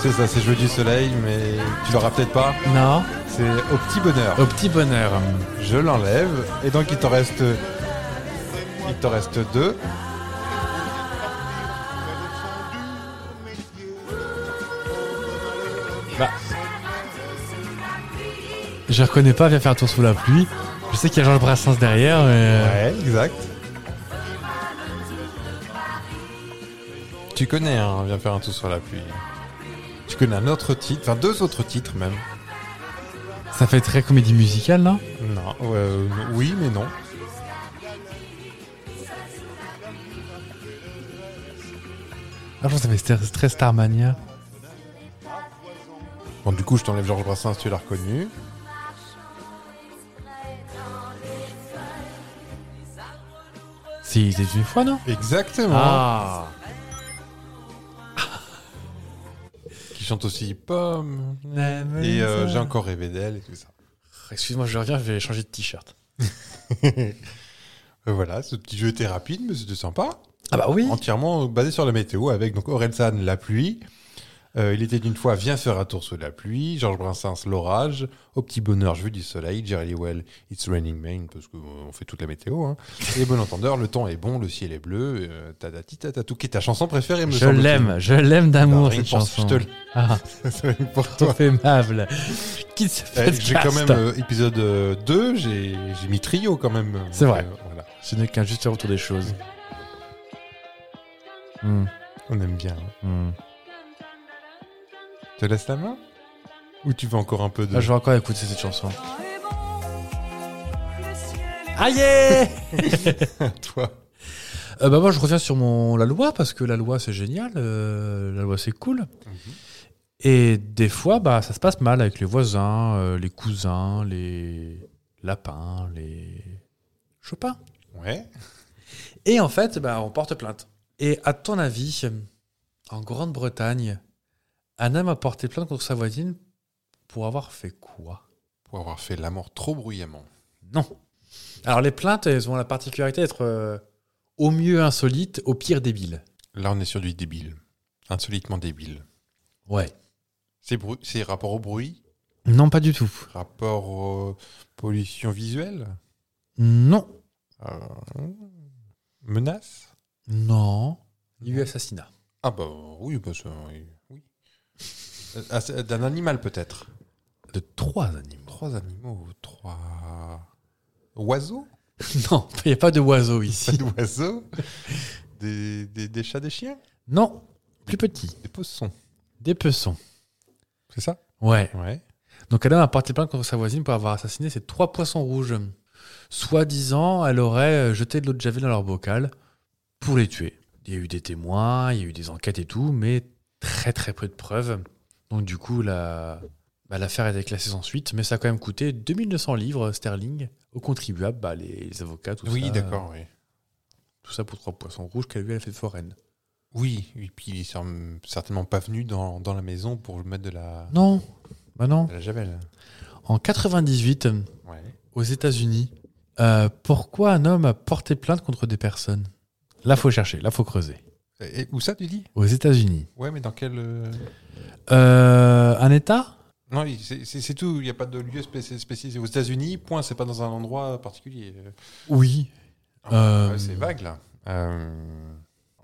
Speaker 1: C'est ça, c'est Jeu du Soleil, mais tu l'auras peut-être pas.
Speaker 3: Non.
Speaker 1: C'est Au Petit Bonheur.
Speaker 3: Au petit bonheur.
Speaker 1: Je l'enlève. Et donc, il t'en reste... Il t'en reste deux.
Speaker 3: Je reconnais pas, viens faire un tour sous la pluie. Je sais qu'il y a Jean Brassens derrière. mais- euh,
Speaker 1: Ouais, exact. Tu connais, hein, viens faire un tour sur la pluie. Tu connais un autre titre, enfin deux autres titres même.
Speaker 3: Ça fait très comédie musicale, non
Speaker 1: Non, euh, oui, mais non.
Speaker 3: Ah, je pense que ça fait star- très Starmania.
Speaker 1: Bon, du coup, je t'enlève Georges Brassens, tu l'as reconnu.
Speaker 3: Si, c'est une fois, non
Speaker 1: Exactement.
Speaker 3: Ah
Speaker 1: Qui chante aussi Pomme. Et
Speaker 3: Et
Speaker 1: euh, j'ai encore rêvé d'elle et tout ça.
Speaker 3: Excuse-moi, je reviens, je vais changer de t-shirt.
Speaker 1: Euh, voilà, ce petit jeu était rapide, mais c'était sympa.
Speaker 3: Ah bah oui
Speaker 1: Entièrement basé sur la météo, avec donc Orelsan, la pluie. Euh, il était d'une fois Viens faire un tour sous la pluie, Georges Brassens, l'orage, Au petit bonheur, je veux du soleil, Jerry Well, It's raining man, parce qu'on fait toute la météo. hein. Et bon entendeur, le temps est bon, le ciel est bleu, euh, tatati tatatou, qui est ta chanson préférée, me
Speaker 3: Je
Speaker 1: semble-t-il.
Speaker 3: l'aime, je l'aime
Speaker 1: Non,
Speaker 3: d'amour
Speaker 1: Bah, rien que
Speaker 3: cette
Speaker 1: pour-
Speaker 3: chanson.
Speaker 1: Je te le-
Speaker 3: Ah,
Speaker 1: c'est rien que pour toi.
Speaker 3: trop aimable. Je quitte ce
Speaker 1: Eh,
Speaker 3: podcast.
Speaker 1: J'ai quand même euh, épisode euh, 2, j'ai j'ai mis trio quand même. euh,
Speaker 3: C'est
Speaker 1: donc,
Speaker 3: vrai.
Speaker 1: euh, voilà.
Speaker 3: Ce n'est qu'un juste retour des choses. Hmm,
Speaker 1: On aime bien. hein.
Speaker 3: hmm.
Speaker 1: Te laisse la main Ou tu veux encore un peu de.
Speaker 3: Ah, je vais encore écouter cette chanson. Aïe
Speaker 1: toi
Speaker 3: Euh, bah moi je reviens sur mon la loi parce que la loi c'est génial, euh, la loi c'est cool. Et des fois bah ça se passe mal avec les voisins, euh, les cousins, les lapins, les je sais pas.
Speaker 1: Ouais.
Speaker 3: Et en fait bah on porte plainte. Et à ton avis, en Grande-Bretagne, un homme a porté plainte contre sa voisine pour avoir fait quoi
Speaker 1: Pour avoir fait l'amour trop bruyamment.
Speaker 3: Non. Alors les plaintes elles ont la particularité d'être euh, au mieux insolites, au pire débiles.
Speaker 1: Là, on est sur du débile. Insolitement débile.
Speaker 3: Ouais.
Speaker 1: C'est brou- c'est rapport au bruit
Speaker 3: Non, pas du tout.
Speaker 1: Rapport aux pollution visuelle
Speaker 3: Non.
Speaker 1: Euh, Menace
Speaker 3: Non. Il y a eu assassinat.
Speaker 1: Ah bah oui, bah ça, oui. oui. Euh, ah, c'est D'un animal peut-être
Speaker 3: De trois animaux.
Speaker 1: Trois animaux, trois... Oiseaux
Speaker 3: Non, il n'y a pas de oiseaux
Speaker 1: Pas
Speaker 3: ici.
Speaker 1: d'oiseaux des, des, des chats, des chiens
Speaker 3: Non, plus petit.
Speaker 1: Des poissons,
Speaker 3: Des peçons.
Speaker 1: c'est ça
Speaker 3: Ouais.
Speaker 1: Ouais.
Speaker 3: Donc elle a porté plainte contre sa voisine pour avoir assassiné ses trois poissons rouges. Soi-disant, elle aurait euh, jeté de l'eau de javel dans leur bocal pour les tuer. Il y a eu des témoins, il y a eu des enquêtes et tout, mais très très peu de preuves. Donc du coup, la- bah, l'affaire a été classée sans suite, mais ça a quand même coûté 2200 livres sterling aux contribuables, bah, les, les avocats, tout ça.
Speaker 1: Oui, d'accord, oui.
Speaker 3: Tout ça pour trois poissons rouges qu'elle lui a fait de foraine.
Speaker 1: Oui, et puis il est sur- certainement pas venu dans, dans la maison pour mettre de la,
Speaker 3: Non, bah non.
Speaker 1: de la javel.
Speaker 3: En 98,
Speaker 1: Ouais.
Speaker 3: aux États-Unis, euh, pourquoi un homme a porté plainte contre des personnes Là, faut chercher, là, faut creuser.
Speaker 1: Et- et où ça, tu dis
Speaker 3: Aux États-Unis.
Speaker 1: Ouais, mais dans quel. euh,
Speaker 3: Euh, un État
Speaker 1: Non, il- c'est c'est- c'est tout. Il n'y a pas de lieu spécialisé aux États-Unis. Point, c'est pas dans un endroit particulier.
Speaker 3: Oui. Euh,
Speaker 1: Ouais, Ah, bah, c'est vague, là. Euh,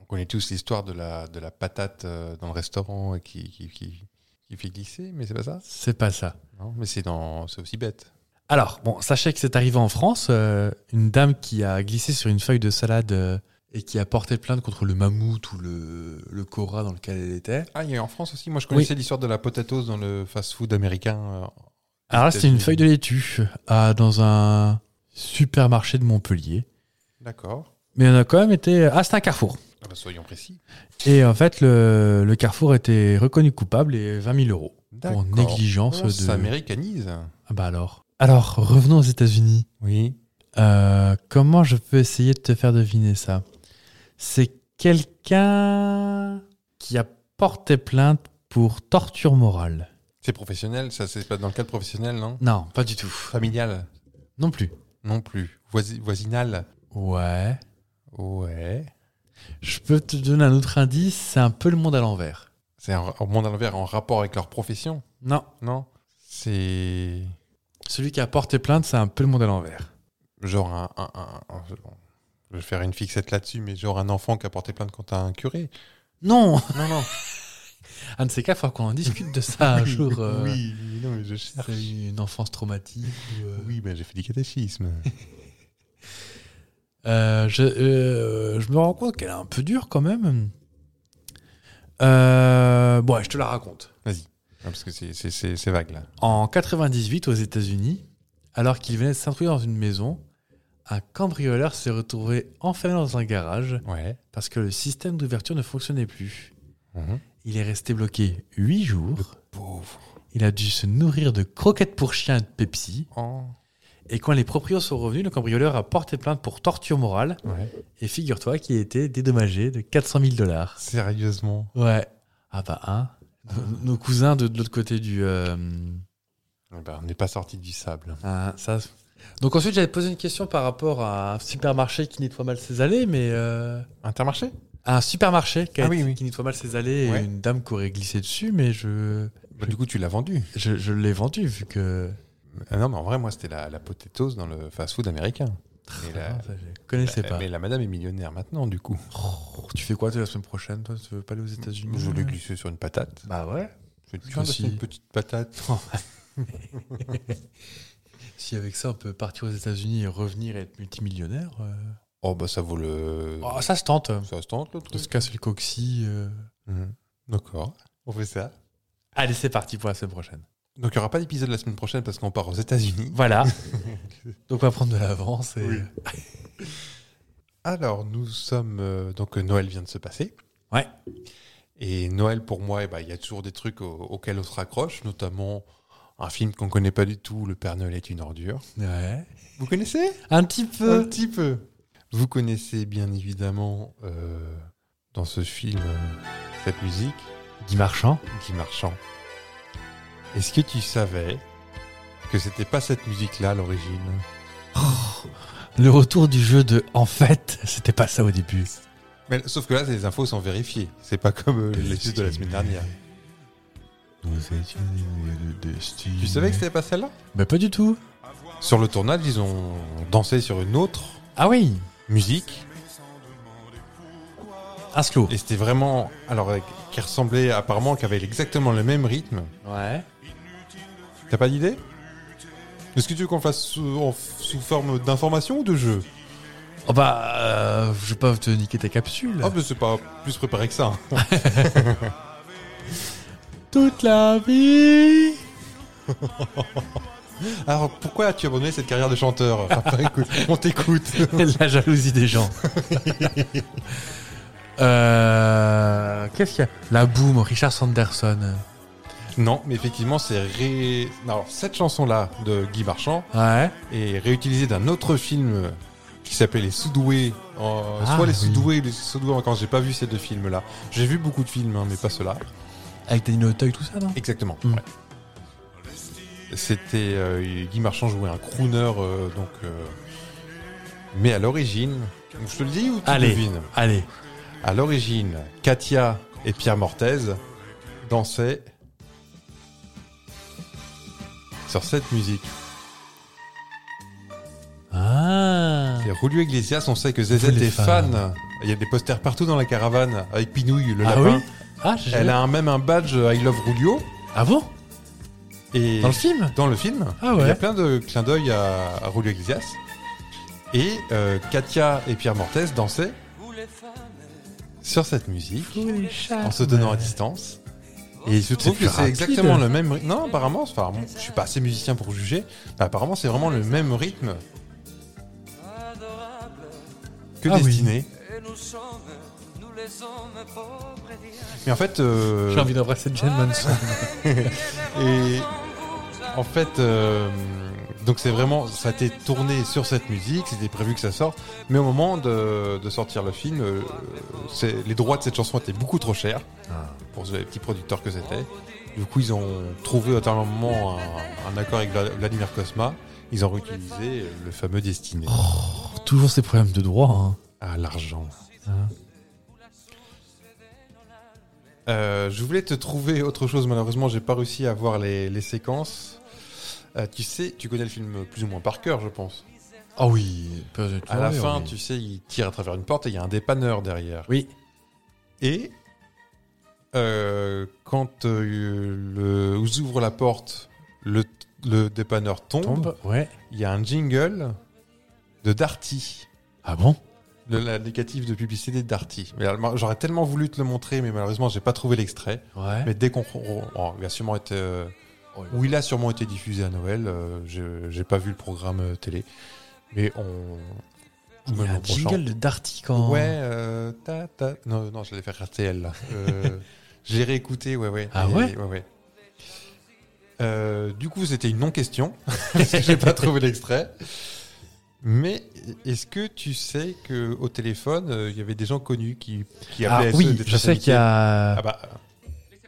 Speaker 1: on connaît tous l'histoire de la, de la patate euh, dans le restaurant qui, qui, qui, qui fait glisser, mais c'est pas ça
Speaker 3: C'est pas ça.
Speaker 1: Non, mais c'est dans- c'est aussi bête.
Speaker 3: Alors, bon, sachez que c'est arrivé en France. euh, une dame qui a glissé sur une feuille de salade euh, et qui a porté plainte contre le mammouth ou le, le cora dans lequel elle était.
Speaker 1: Ah, il y a eu en France aussi. Moi, je connaissais l'histoire de la potatoes dans le fast-food américain. euh,
Speaker 3: Alors là, c'était Ah, une
Speaker 1: États-Unis.
Speaker 3: feuille de laitue à- dans un supermarché de Montpellier.
Speaker 1: D'accord.
Speaker 3: Mais on a quand même été. Ah, c'était un carrefour.
Speaker 1: Ah bah, soyons précis.
Speaker 3: Et en fait, le, le carrefour était reconnu coupable et 20 000 euros pour
Speaker 1: D'accord.
Speaker 3: négligence
Speaker 1: Oh,
Speaker 3: de.
Speaker 1: Ça américanise.
Speaker 3: Ah bah alors. Alors, revenons aux États-Unis.
Speaker 1: Oui.
Speaker 3: Euh, comment je peux essayer de te faire deviner ça C'est quelqu'un qui a porté plainte pour torture morale.
Speaker 1: C'est professionnel, ça, c'est pas dans le cadre professionnel, non
Speaker 3: Non, pas du tout.
Speaker 1: Familial
Speaker 3: Non plus.
Speaker 1: Non plus. Voisi- voisinal
Speaker 3: Ouais.
Speaker 1: Ouais.
Speaker 3: Je peux te donner un autre indice, c'est un peu le monde à l'envers.
Speaker 1: C'est un un monde à l'envers en rapport avec leur profession,
Speaker 3: Non.
Speaker 1: non C'est
Speaker 3: Celui qui a porté plainte, c'est un peu le monde à l'envers.
Speaker 1: genre un. un- un- un- bon, je vais faire une fixette là-dessus, mais genre un enfant qui a porté plainte contre un curé.
Speaker 3: Non
Speaker 1: Non, non.
Speaker 3: Un de ces cas, il faut qu'on en discute de ça un jour. euh,
Speaker 1: Oui, non, mais je
Speaker 3: c'est
Speaker 1: cherche.
Speaker 3: une enfance traumatique. ou, euh,
Speaker 1: Oui, ben j'ai fait du catéchisme.
Speaker 3: Euh, je, euh, je me rends compte qu'elle est un peu dure quand même. Euh, bon, ouais, je te la raconte.
Speaker 1: Vas-y. Ah, Parce que c'est- c'est c'est- c'est vague, là.
Speaker 3: En 98, aux États-Unis, alors qu'il venait de s'introduire dans une maison, un cambrioleur s'est retrouvé enfermé dans un garage
Speaker 1: Ouais.
Speaker 3: parce que le système d'ouverture ne fonctionnait plus.
Speaker 1: Mhm.
Speaker 3: Il est resté bloqué 8 jours. Il a dû se nourrir de croquettes pour chiens et de Pepsi.
Speaker 1: Oh.
Speaker 3: Et quand les proprios sont revenus, le cambrioleur a porté plainte pour torture morale.
Speaker 1: Ouais.
Speaker 3: Et figure-toi qu'il a été dédommagé de 400 000 dollars.
Speaker 1: Sérieusement.
Speaker 3: Ouais. Ah bah hein. Nos, nos cousins de, de l'autre côté du. euh,
Speaker 1: Eh ben, on n'est pas sorti du sable.
Speaker 3: ah, ça. Donc ensuite j'avais posé une question par rapport à un supermarché qui nettoie mal ses allées, mais euh,
Speaker 1: Intermarché
Speaker 3: à un supermarché qui, a
Speaker 1: Ah oui,
Speaker 3: été-
Speaker 1: oui.
Speaker 3: qui nettoie mal ses allées
Speaker 1: Ouais.
Speaker 3: et une dame qui aurait glissé dessus, mais je
Speaker 1: Bah, Du coup, tu l'as vendu.
Speaker 3: je, je l'ai vendu vu que.
Speaker 1: Ah non, mais en vrai, moi, c'était la, la potatoes dans le fast-food américain. Mais la,
Speaker 3: Ah, ça, je connaissais
Speaker 1: la-
Speaker 3: pas.
Speaker 1: bah, mais la madame est millionnaire maintenant, du coup.
Speaker 3: Oh, tu fais quoi toi, la semaine prochaine Toi, tu veux pas aller aux États-Unis
Speaker 1: Je l'ai glissé sur une patate.
Speaker 3: Bah ouais.
Speaker 1: Je vais Oh.
Speaker 3: Je me suis-
Speaker 1: une petite patate.
Speaker 3: Si avec ça on peut partir aux États-Unis et revenir et être multimillionnaire. euh,
Speaker 1: Oh, bah, ça vaut le.
Speaker 3: oh, ça se tente.
Speaker 1: Ça se tente, le
Speaker 3: De
Speaker 1: truc.
Speaker 3: se casser le coccyx. euh.
Speaker 1: Mhm. D'accord. On fait ça.
Speaker 3: Allez, c'est parti pour la semaine prochaine.
Speaker 1: Donc, il n'y aura pas d'épisode la semaine prochaine parce qu'on part aux États-Unis.
Speaker 3: Voilà. Donc on va prendre de l'avance. Et...
Speaker 1: Oui. Alors, nous sommes. euh, donc, euh, Noël vient de se passer.
Speaker 3: Ouais.
Speaker 1: Et Noël, pour moi, eh ben, il y a toujours des trucs au- auxquels on se raccroche, notamment un film qu'on ne connaît pas du tout, Le Père Noël est une ordure.
Speaker 3: Ouais.
Speaker 1: Vous connaissez
Speaker 3: Un petit
Speaker 1: Un
Speaker 3: peu.
Speaker 1: petit peu. Vous connaissez bien évidemment euh, dans ce film euh, cette musique,
Speaker 3: Guy Marchand.
Speaker 1: Guy Marchand. Est-ce que tu savais que c'était pas cette musique-là à l'origine
Speaker 3: Le retour du jeu de En fait, c'était pas ça au début.
Speaker 1: Mais- Sauf que là, les infos sont vérifiées. C'est pas comme euh, l'épisode de la semaine dernière. Tu savais que c'était pas celle-là
Speaker 3: Bah pas du tout.
Speaker 1: Sur le tournage, ils ont dansé sur une autre
Speaker 3: Ah oui.
Speaker 1: musique
Speaker 3: Un slow.
Speaker 1: et c'était vraiment alors euh, qui ressemblait apparemment qui avait exactement le même rythme
Speaker 3: Ouais.
Speaker 1: T'as pas d'idée Est-ce que tu veux qu'on fasse sous, en- sous forme d'information ou de jeu
Speaker 3: Oh bah, euh, je vais pas te niquer ta capsule.
Speaker 1: Ah, mais c'est pas plus préparé que ça. hein.
Speaker 3: Toute la vie.
Speaker 1: Alors, pourquoi as-tu abandonné cette carrière de chanteur Enfin, écoute, On t'écoute.
Speaker 3: la jalousie des gens. Euh, Qu'est-ce qu'il y a La Boom, Richard Sanderson.
Speaker 1: Non, mais effectivement, c'est ré... Alors, cette chanson-là de Guy Marchand
Speaker 3: Ouais.
Speaker 1: est réutilisée d'un autre film qui s'appelait Les Soudoués. en-
Speaker 3: Ah,
Speaker 1: soit Les
Speaker 3: oui.
Speaker 1: Soudoués ou Les Soudoués encore. J'ai pas vu ces deux films-là. J'ai vu beaucoup de films, hein, mais pas ceux-là.
Speaker 3: Avec Danny Auteuil, tout ça, non
Speaker 1: Exactement.
Speaker 3: Mm.
Speaker 1: ouais. C'était euh, Guy Marchand jouait un crooner, euh, donc. euh, mais à l'origine, je te le dis ou tu
Speaker 3: Allez.
Speaker 1: devines
Speaker 3: Allez.
Speaker 1: À l'origine, Katia et Pierre Mortez dansaient sur cette musique.
Speaker 3: Ah.
Speaker 1: Et Julio Iglesias, on sait que Zezé
Speaker 3: Vous, les
Speaker 1: est
Speaker 3: fans.
Speaker 1: fan. Il y a des posters partout dans la caravane avec Pinouille, le
Speaker 3: Ah
Speaker 1: lapin.
Speaker 3: oui Ah, j'ai
Speaker 1: hein. Elle a un- même un badge euh, I Love Julio.
Speaker 3: Ah bon
Speaker 1: Et
Speaker 3: Dans le film
Speaker 1: dans le film.
Speaker 3: Ah ouais.
Speaker 1: Il y a plein de clins d'œil à, à Julio Iglesias. Et euh, Katia et Pierre Mortez dansaient sur cette musique en se donnant à distance. Et je trouve
Speaker 3: plus
Speaker 1: que c'est
Speaker 3: rapide.
Speaker 1: exactement le même rythme. Non, apparemment, enfin, bon, je suis pas assez musicien pour juger, mais apparemment, c'est vraiment le même rythme que
Speaker 3: Ah oui.
Speaker 1: Destiné. Mais en fait, euh,
Speaker 3: J'ai envie d'embrasser Jane Manson.
Speaker 1: et en fait, euh, donc c'est vraiment, ça a été tourné sur cette musique, c'était prévu que ça sorte, mais au moment de, de sortir le film, euh, c'est- les droits de cette chanson étaient beaucoup trop chers pour les petits producteurs que c'était. Du coup, ils ont trouvé à un moment un, un accord avec Vla- Vladimir Cosma. Ils ont réutilisé le fameux Destiné
Speaker 3: Toujours ces problèmes de droit. hein.
Speaker 1: à Ah, l'argent.
Speaker 3: Hein.
Speaker 1: Euh, je voulais te trouver autre chose, malheureusement, j'ai pas réussi à voir les, les séquences. Euh, tu sais, tu connais le film plus ou moins par cœur, je pense.
Speaker 3: Ah oui. Ah
Speaker 1: À la fin, tu sais, il tire à travers une porte et il y a un dépanneur derrière.
Speaker 3: Oui.
Speaker 1: Et euh, quand euh, le, ils ouvrent la porte, le, le dépanneur tombe.
Speaker 3: Tombe. Ouais.
Speaker 1: il y a un jingle de Darty.
Speaker 3: Ah bon
Speaker 1: De la négative de publicité de Darty. Mais alors, J'aurais tellement voulu te le montrer, mais malheureusement, j'ai pas trouvé l'extrait.
Speaker 3: Ouais.
Speaker 1: Mais dès qu'on. oh, il a sûrement été. euh, ou il a sûrement été diffusé à Noël. euh, je- j'ai pas vu le programme euh, télé. Mais on.
Speaker 3: Il y a
Speaker 1: l'an
Speaker 3: un
Speaker 1: prochain.
Speaker 3: jingle de Darty quand.
Speaker 1: Ouais, euh, ta, ta- Non, non, je l'ai fait RTL. là. Euh, j'ai réécouté, ouais, ouais.
Speaker 3: Ah
Speaker 1: Et-
Speaker 3: ouais
Speaker 1: ouais. Euh, du coup, c'était une non-question. parce que j'ai pas trouvé l'extrait. Mais est-ce que tu sais que au téléphone, euh, il y avait des gens connus qui, qui
Speaker 3: Ah
Speaker 1: appelaient SOS
Speaker 3: oui,
Speaker 1: E, des
Speaker 3: je
Speaker 1: traces
Speaker 3: sais qu'il
Speaker 1: amitiés.
Speaker 3: y a.
Speaker 1: Ah bah. euh,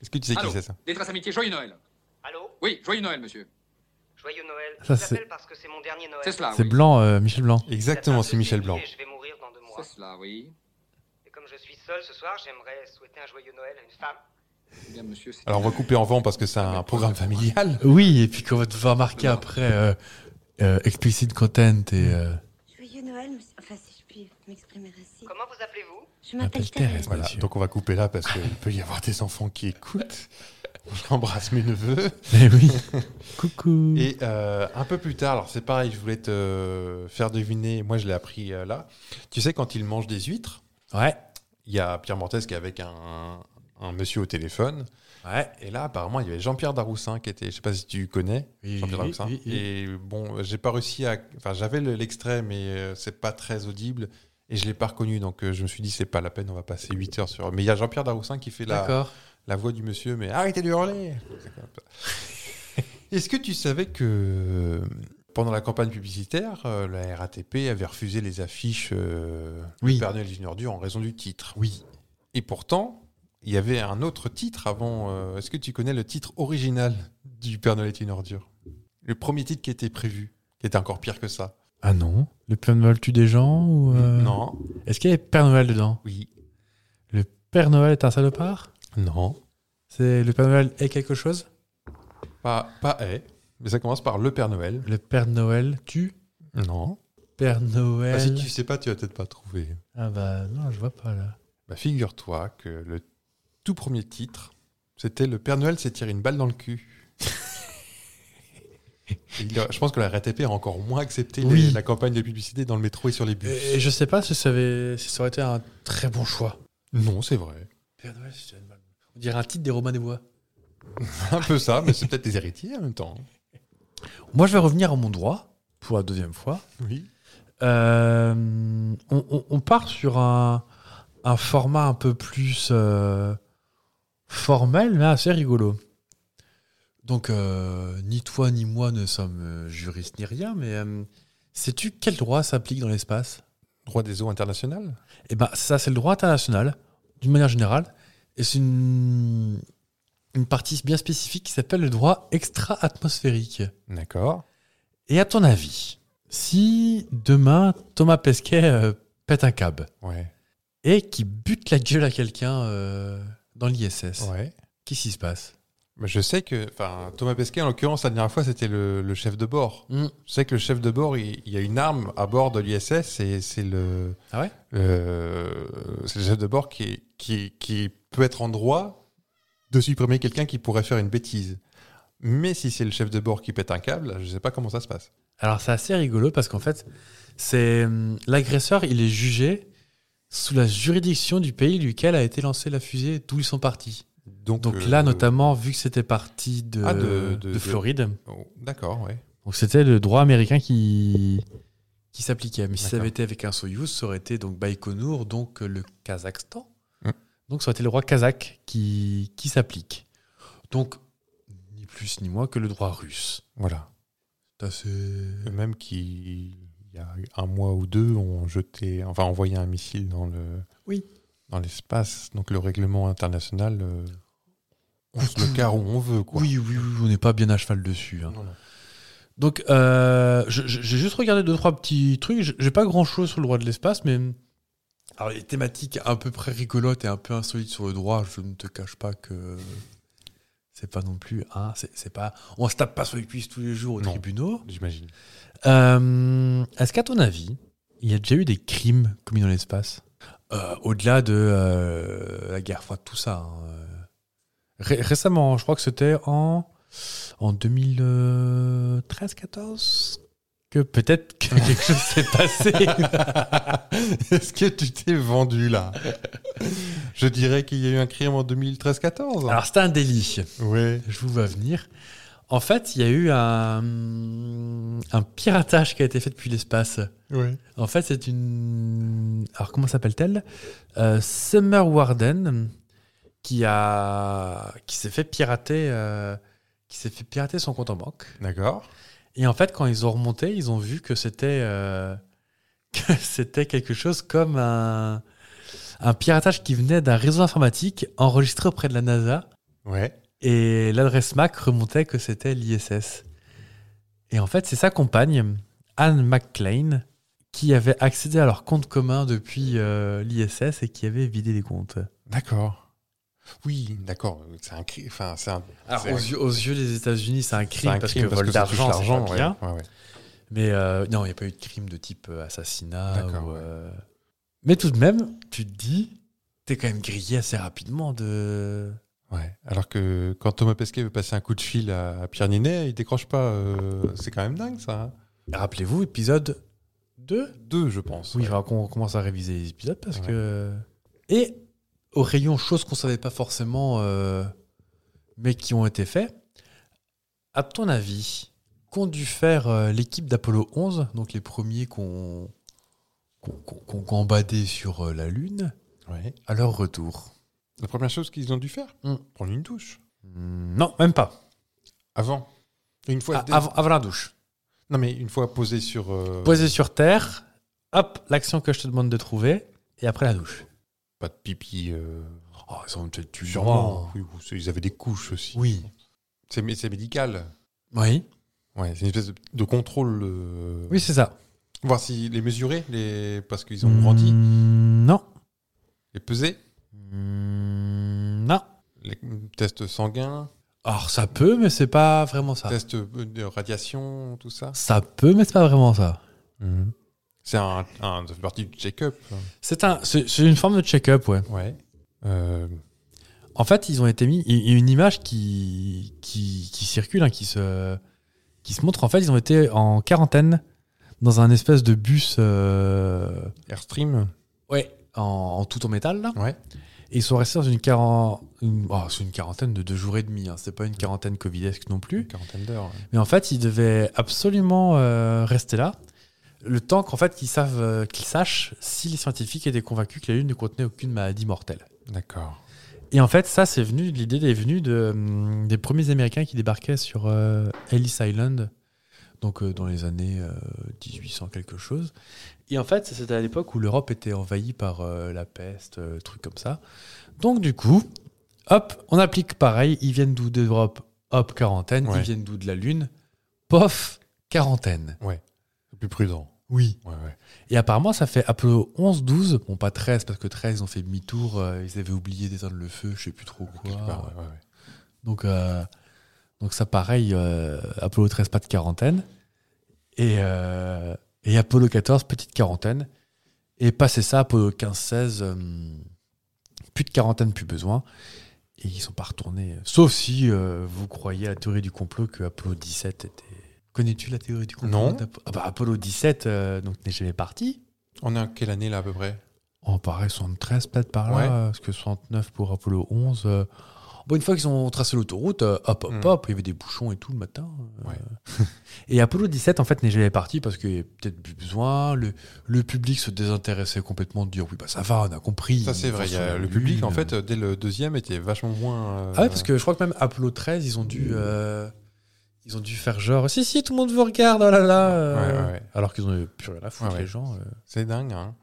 Speaker 1: Est-ce que tu sais qui
Speaker 5: Allô
Speaker 1: c'est ça
Speaker 5: Des traces amitié, joyeux Noël.
Speaker 6: Allô
Speaker 5: Oui, joyeux Noël, monsieur.
Speaker 6: Joyeux Noël.
Speaker 3: Ça,
Speaker 6: Ça,
Speaker 3: c'est-
Speaker 6: J'appelle parce que c'est mon dernier Noël.
Speaker 5: C'est
Speaker 1: Ah,
Speaker 5: cela,
Speaker 3: C'est
Speaker 5: oui.
Speaker 3: Blanc, euh, Michel Blanc.
Speaker 1: Exactement, c'est Michel Blanc.
Speaker 6: Et je vais mourir dans deux mois.
Speaker 5: C'est cela, oui.
Speaker 6: Et comme je suis seul ce soir, j'aimerais souhaiter un joyeux Noël à une femme.
Speaker 5: Eh Bien, monsieur, c'est-
Speaker 1: Alors on va couper en vent parce que c'est un programme familial.
Speaker 3: Oui, et puis qu'on va devoir marquer après euh, euh, explicit content et. euh,
Speaker 7: Joyeux Noël, monsieur. Enfin, si je puis m'exprimer ainsi.
Speaker 6: Comment vous appelez-vous
Speaker 7: Je
Speaker 3: m'appelle
Speaker 7: m'appelle
Speaker 3: Thérèse.
Speaker 7: Thérèse.
Speaker 1: Voilà,
Speaker 3: Monsieur.
Speaker 1: donc on va couper là parce qu'il peut y avoir des enfants qui écoutent. J'embrasse mes neveux.
Speaker 3: Eh oui. Coucou.
Speaker 1: Et euh, un peu plus tard, alors c'est pareil, je voulais te faire deviner, moi je l'ai appris euh, là. Tu sais, quand il mange des huîtres,
Speaker 3: Ouais.
Speaker 1: il y a Pierre Mortez qui est avec un, un monsieur au téléphone.
Speaker 3: Ouais.
Speaker 1: Et là, apparemment, il y avait Jean-Pierre Daroussin qui était, je sais pas si tu connais,
Speaker 3: Oui,
Speaker 1: Jean-Pierre
Speaker 3: oui,
Speaker 1: Daroussin.
Speaker 3: oui, oui.
Speaker 1: Et bon, j'ai pas réussi à. Enfin, j'avais le- l'extrait, mais euh, c'est pas très audible. Et je l'ai pas reconnu, donc euh, je me suis dit, c'est pas la peine, on va passer 8 heures sur. Mais il y a Jean-Pierre Daroussin qui fait la,
Speaker 3: D'accord.
Speaker 1: la voix du monsieur, mais arrêtez de hurler Est-ce que tu savais que pendant la campagne publicitaire, euh, la RATP avait refusé les affiches euh,
Speaker 3: Oui.
Speaker 1: Le Père Noël est une ordure en raison du titre Oui. Et pourtant, il y avait un autre titre avant. euh, Est-ce que tu connais le titre original du Père Noël est une ordure Le premier titre qui était prévu, qui était encore pire que ça.
Speaker 3: Ah non. Le Père Noël tue des gens ou. euh,
Speaker 1: Mm, Non.
Speaker 3: Est-ce qu'il y a Père Noël dedans
Speaker 1: Oui.
Speaker 3: Le Père Noël est un salopard
Speaker 1: Non.
Speaker 3: C'est le Père Noël est quelque chose
Speaker 1: Pas, pas est, mais ça commence par le Père Noël.
Speaker 3: Le Père Noël tue
Speaker 1: Non.
Speaker 3: Père Noël.
Speaker 1: Ah, si tu sais pas, tu vas peut-être pas trouver.
Speaker 3: Ah bah non, je vois pas là.
Speaker 1: Bah, Figure-toi que le tout premier titre, c'était Le Père Noël s'est tiré une balle dans le cul. Et il a- je pense que la RATP a encore moins accepté les-
Speaker 3: Oui.
Speaker 1: la campagne de publicité dans le métro et sur les bus.
Speaker 3: Et je sais pas si ça, avait- si ça aurait été un très bon choix.
Speaker 1: Non, c'est vrai.
Speaker 3: Père Noël, c'est une balle. On dirait un titre des Romains des Bois.
Speaker 1: Un peu ça, mais c'est peut-être des héritiers en même temps.
Speaker 3: Moi, je vais revenir à mon droit pour la deuxième fois.
Speaker 1: Oui.
Speaker 3: Euh, on, on- on part sur un, un format un peu plus euh, formel, mais assez rigolo. Donc, euh, ni toi ni moi ne sommes euh, juristes ni rien, mais euh, sais-tu quel droit s'applique dans l'espace
Speaker 1: Droit des eaux international
Speaker 3: eh ben, ça, c'est le droit international, d'une manière générale. Et c'est une, une partie bien spécifique qui s'appelle le droit extra-atmosphérique.
Speaker 1: D'accord.
Speaker 3: Et à ton avis, si demain, Thomas Pesquet euh, pète un câble
Speaker 1: Ouais.
Speaker 3: et qui bute la gueule à quelqu'un euh, dans l'ISS,
Speaker 1: Ouais.
Speaker 3: qu'est-ce qui se passe
Speaker 1: Mais je sais que, enfin, Thomas Pesquet, en l'occurrence, la dernière fois, c'était le, le chef de bord.
Speaker 3: Mm.
Speaker 1: Je sais que le chef de bord, il, il y a une arme à bord de l'ISS et c'est le,
Speaker 3: Ah ouais
Speaker 1: euh, c'est le chef de bord qui, est- qui, qui peut être en droit de supprimer quelqu'un qui pourrait faire une bêtise. Mais si c'est le chef de bord qui pète un câble, je sais pas comment ça se passe.
Speaker 3: Alors, c'est assez rigolo parce qu'en fait, c'est hum, l'agresseur, il est jugé sous la juridiction du pays duquel a été lancée la fusée d'où ils sont partis.
Speaker 1: Donc,
Speaker 3: Donc
Speaker 1: euh,
Speaker 3: là, notamment, vu que c'était parti de,
Speaker 1: Ah, de-
Speaker 3: de,
Speaker 1: de-
Speaker 3: Floride,
Speaker 1: oh, D'accord, ouais.
Speaker 3: donc c'était le droit américain qui, qui s'appliquait. Mais si ça
Speaker 1: D'accord.
Speaker 3: avait été avec un Soyouz, ça aurait été donc Baïkonour, donc euh, le Kazakhstan.
Speaker 1: Hmm.
Speaker 3: Donc ça aurait été le droit kazakh qui, qui s'applique. Donc, ni plus ni moins que le droit russe.
Speaker 1: Voilà.
Speaker 3: C'est assez-
Speaker 1: Eux-mêmes qui, il y a un mois ou deux, ont jeté, enfin, envoyé un missile dans le.
Speaker 3: Oui.
Speaker 1: Dans l'espace. Donc le règlement international, euh, on se le carre où on veut, quoi.
Speaker 3: Oui, oui, oui, on n'est pas bien à cheval dessus. hein.
Speaker 1: Non, non.
Speaker 3: Donc, euh, je- je- j'ai juste regardé deux, trois petits trucs. J'ai- J'ai pas grand chose sur le droit de l'espace, mais. Alors, les thématiques à peu près rigolotes et un peu insolites sur le droit, je ne te cache pas que. C'est pas non plus. Hein, c'est c'est pas, on se tape pas sur les cuisses tous les jours aux
Speaker 1: Non.
Speaker 3: tribunaux.
Speaker 1: J'imagine.
Speaker 3: Euh, Est-ce qu'à ton avis, il y a déjà eu des crimes commis dans l'espace Euh, Au-delà de euh, la guerre froide, tout ça. hein, euh. Ré- récemment, je crois que c'était en, en 2013-14 que peut-être que quelque chose s'est passé.
Speaker 1: Est-ce que tu t'es vendu là Je dirais qu'il y a eu un crime en 2013-14.
Speaker 3: Alors, c'était un délit.
Speaker 1: ouais.
Speaker 3: Je vous vois venir. En fait, il y a eu un, un piratage qui a été fait depuis l'espace.
Speaker 1: ouais.
Speaker 3: En fait, c'est une. Alors, comment s'appelle-t-elle Euh, Summer Warden, qui, a... qui s'est fait pirater. euh, Qui s'est fait pirater son compte en banque.
Speaker 1: D'accord.
Speaker 3: Et en fait, quand ils ont remonté, ils ont vu que c'était euh, que c'était quelque chose comme un, un piratage qui venait d'un réseau informatique enregistré auprès de la NASA.
Speaker 1: Ouais.
Speaker 3: Et l'adresse MAC remontait que c'était l'ISS. Et en fait, c'est sa compagne, Anne McLean, qui avait accédé à leur compte commun depuis euh, l'ISS et qui avait vidé les comptes.
Speaker 1: D'accord. Oui, d'accord. C'est un crime. Enfin, c'est un.
Speaker 3: Alors,
Speaker 1: c'est
Speaker 3: aux,
Speaker 1: un-
Speaker 3: yeux, aux yeux des États-Unis, c'est un
Speaker 1: c'est
Speaker 3: Ah, crime
Speaker 1: un
Speaker 3: parce
Speaker 1: crime
Speaker 3: que vol
Speaker 1: ça touche
Speaker 3: d'argent, c'est pas
Speaker 1: ouais.
Speaker 3: bien.
Speaker 1: Ouais, ouais.
Speaker 3: Mais euh, non, il n'y a pas eu de crime de type euh, assassinat.
Speaker 1: D'accord,
Speaker 3: ou,
Speaker 1: ouais.
Speaker 3: euh, Mais tout de même, tu te dis, t'es quand même grillé assez rapidement de.
Speaker 1: Ouais. Alors que quand Thomas Pesquet veut passer un coup de fil à Pierre Ninet, il décroche pas. euh, C'est quand même dingue ça. hein.
Speaker 3: Rappelez-vous, épisode 2
Speaker 1: Deux, je pense.
Speaker 3: Oui,
Speaker 1: ouais.
Speaker 3: il faudra qu'on commence à réviser les épisodes parce
Speaker 1: Ouais.
Speaker 3: que. Et au rayon choses qu'on savait pas forcément, euh, mais qui ont été faites, à ton avis, qu'ont dû faire euh, l'équipe d'Apollo 11, donc les premiers qu'on qu'on qu'on- qu'on gambadait sur euh, la Lune,
Speaker 1: Ouais.
Speaker 3: à leur retour
Speaker 1: La première chose qu'ils ont dû faire,
Speaker 3: Mm.
Speaker 1: prendre une douche
Speaker 3: Hmm, Non, même pas.
Speaker 1: avant. Une fois.
Speaker 3: Ah, Avant, avant la douche.
Speaker 1: Non, mais une fois posé sur. euh,
Speaker 3: Posé sur Terre, hop, l'action que je te demande de trouver, et après la douche.
Speaker 1: Pas de pipi. euh,
Speaker 3: Oh, ils ont peut-être tué
Speaker 1: Sûrement. Oui, ou c'est- ils avaient des couches aussi.
Speaker 3: Oui.
Speaker 1: C'est mé- c'est médical.
Speaker 3: Oui,
Speaker 1: Ouais, c'est une espèce de, de contrôle. euh,
Speaker 3: oui c'est ça.
Speaker 1: Voir si les mesurer, les... parce qu'ils ont grandi,
Speaker 3: Mm, Non.
Speaker 1: les peser,
Speaker 3: Mm, Non.
Speaker 1: les tests sanguins,
Speaker 3: Alors ça peut, mais c'est pas vraiment ça.
Speaker 1: tests euh, de radiation, tout ça.
Speaker 3: Ça peut, mais c'est pas vraiment ça.
Speaker 1: Hmm. C'est un, un- ça fait partie du check-up.
Speaker 3: C'est un, c'est c'est une forme de check-up, ouais.
Speaker 1: Ouais. Euh,
Speaker 3: En fait, ils ont été mis. Il y a une image qui qui, qui circule, hein, qui se qui se montre. En fait, ils ont été en quarantaine dans un espèce de bus. euh,
Speaker 1: Airstream.
Speaker 3: ouais. En, en tout en métal là.
Speaker 1: Ouais.
Speaker 3: Et ils sont restés dans une quarantaine. c'est une quarantaine de deux jours et demi. Hein. C'est pas une quarantaine covidesque non plus.
Speaker 1: Une quarantaine d'heures. ouais.
Speaker 3: Mais en fait, ils devaient absolument euh, rester là. le temps qu'en fait qu'ils savent, euh, qu'ils sachent si les scientifiques étaient convaincus que la Lune ne contenait aucune maladie mortelle.
Speaker 1: D'accord.
Speaker 3: Et en fait, ça, c'est venu, l'idée est venue de, hum, des premiers Américains qui débarquaient sur euh, Ellis Island, donc euh, dans les années euh, 1800 quelque chose. Et en fait, c'était à l'époque où l'Europe était envahie par euh, la peste, euh, trucs comme ça. Donc du coup, hop, on applique pareil, ils viennent d'où d'Europe, hop, quarantaine,
Speaker 1: Ouais.
Speaker 3: ils viennent d'où de la Lune, pof, quarantaine.
Speaker 1: C'est Plus prudent.
Speaker 3: Oui.
Speaker 1: Ouais, ouais.
Speaker 3: Et apparemment, ça fait un peu 11, 12, bon, pas 13, parce que 13, ils ont fait demi-tour, euh, ils avaient oublié d'éteindre le feu, je sais plus trop quoi.
Speaker 1: Quelque part, bah ouais, ouais, ouais.
Speaker 3: Donc, euh, donc ça, pareil, euh, Apollo 13, pas de quarantaine. Et, euh, et Apollo 14, petite quarantaine. Et passé ça, Apollo 15, 16, euh, plus de quarantaine, plus besoin. Et ils sont pas retournés. Sauf si euh, vous croyez à la théorie du complot que Apollo 17 était. Connais-tu la théorie du complot
Speaker 1: Non.
Speaker 3: d'Apo- Ah bah, Apollo 17 euh, donc n'est jamais parti.
Speaker 1: On est en quelle année là à peu près
Speaker 3: En Oh, pareil, 73 peut-être par là,
Speaker 1: Ouais.
Speaker 3: euh, parce que 69 pour Apollo 11. euh, bon, une fois qu'ils ont tracé l'autoroute, euh, hop, hop,
Speaker 1: Mm.
Speaker 3: hop, il y avait des bouchons et tout le matin. euh.
Speaker 1: Ouais.
Speaker 3: et Apollo 17, en fait, n'est jamais parti parce qu'il n'y avait peut-être plus besoin. Le, le public se désintéressait complètement de dire oui, bah ça va, on a compris.
Speaker 1: Ça c'est vrai. il y a-
Speaker 3: Sur la
Speaker 1: le public
Speaker 3: Lune.
Speaker 1: en fait euh, dès le deuxième était vachement moins. euh, Mm.
Speaker 3: Ah ouais, parce que je crois que même Apollo 13, ils ont dû. euh, ils ont dû faire genre, si, si, tout le monde vous regarde, oh là là. euh.
Speaker 1: Ouais, ouais, ouais.
Speaker 3: Alors qu'ils n'ont plus rien à foutre,
Speaker 1: Ouais, ouais.
Speaker 3: les gens. euh.
Speaker 1: c'est dingue. Hein.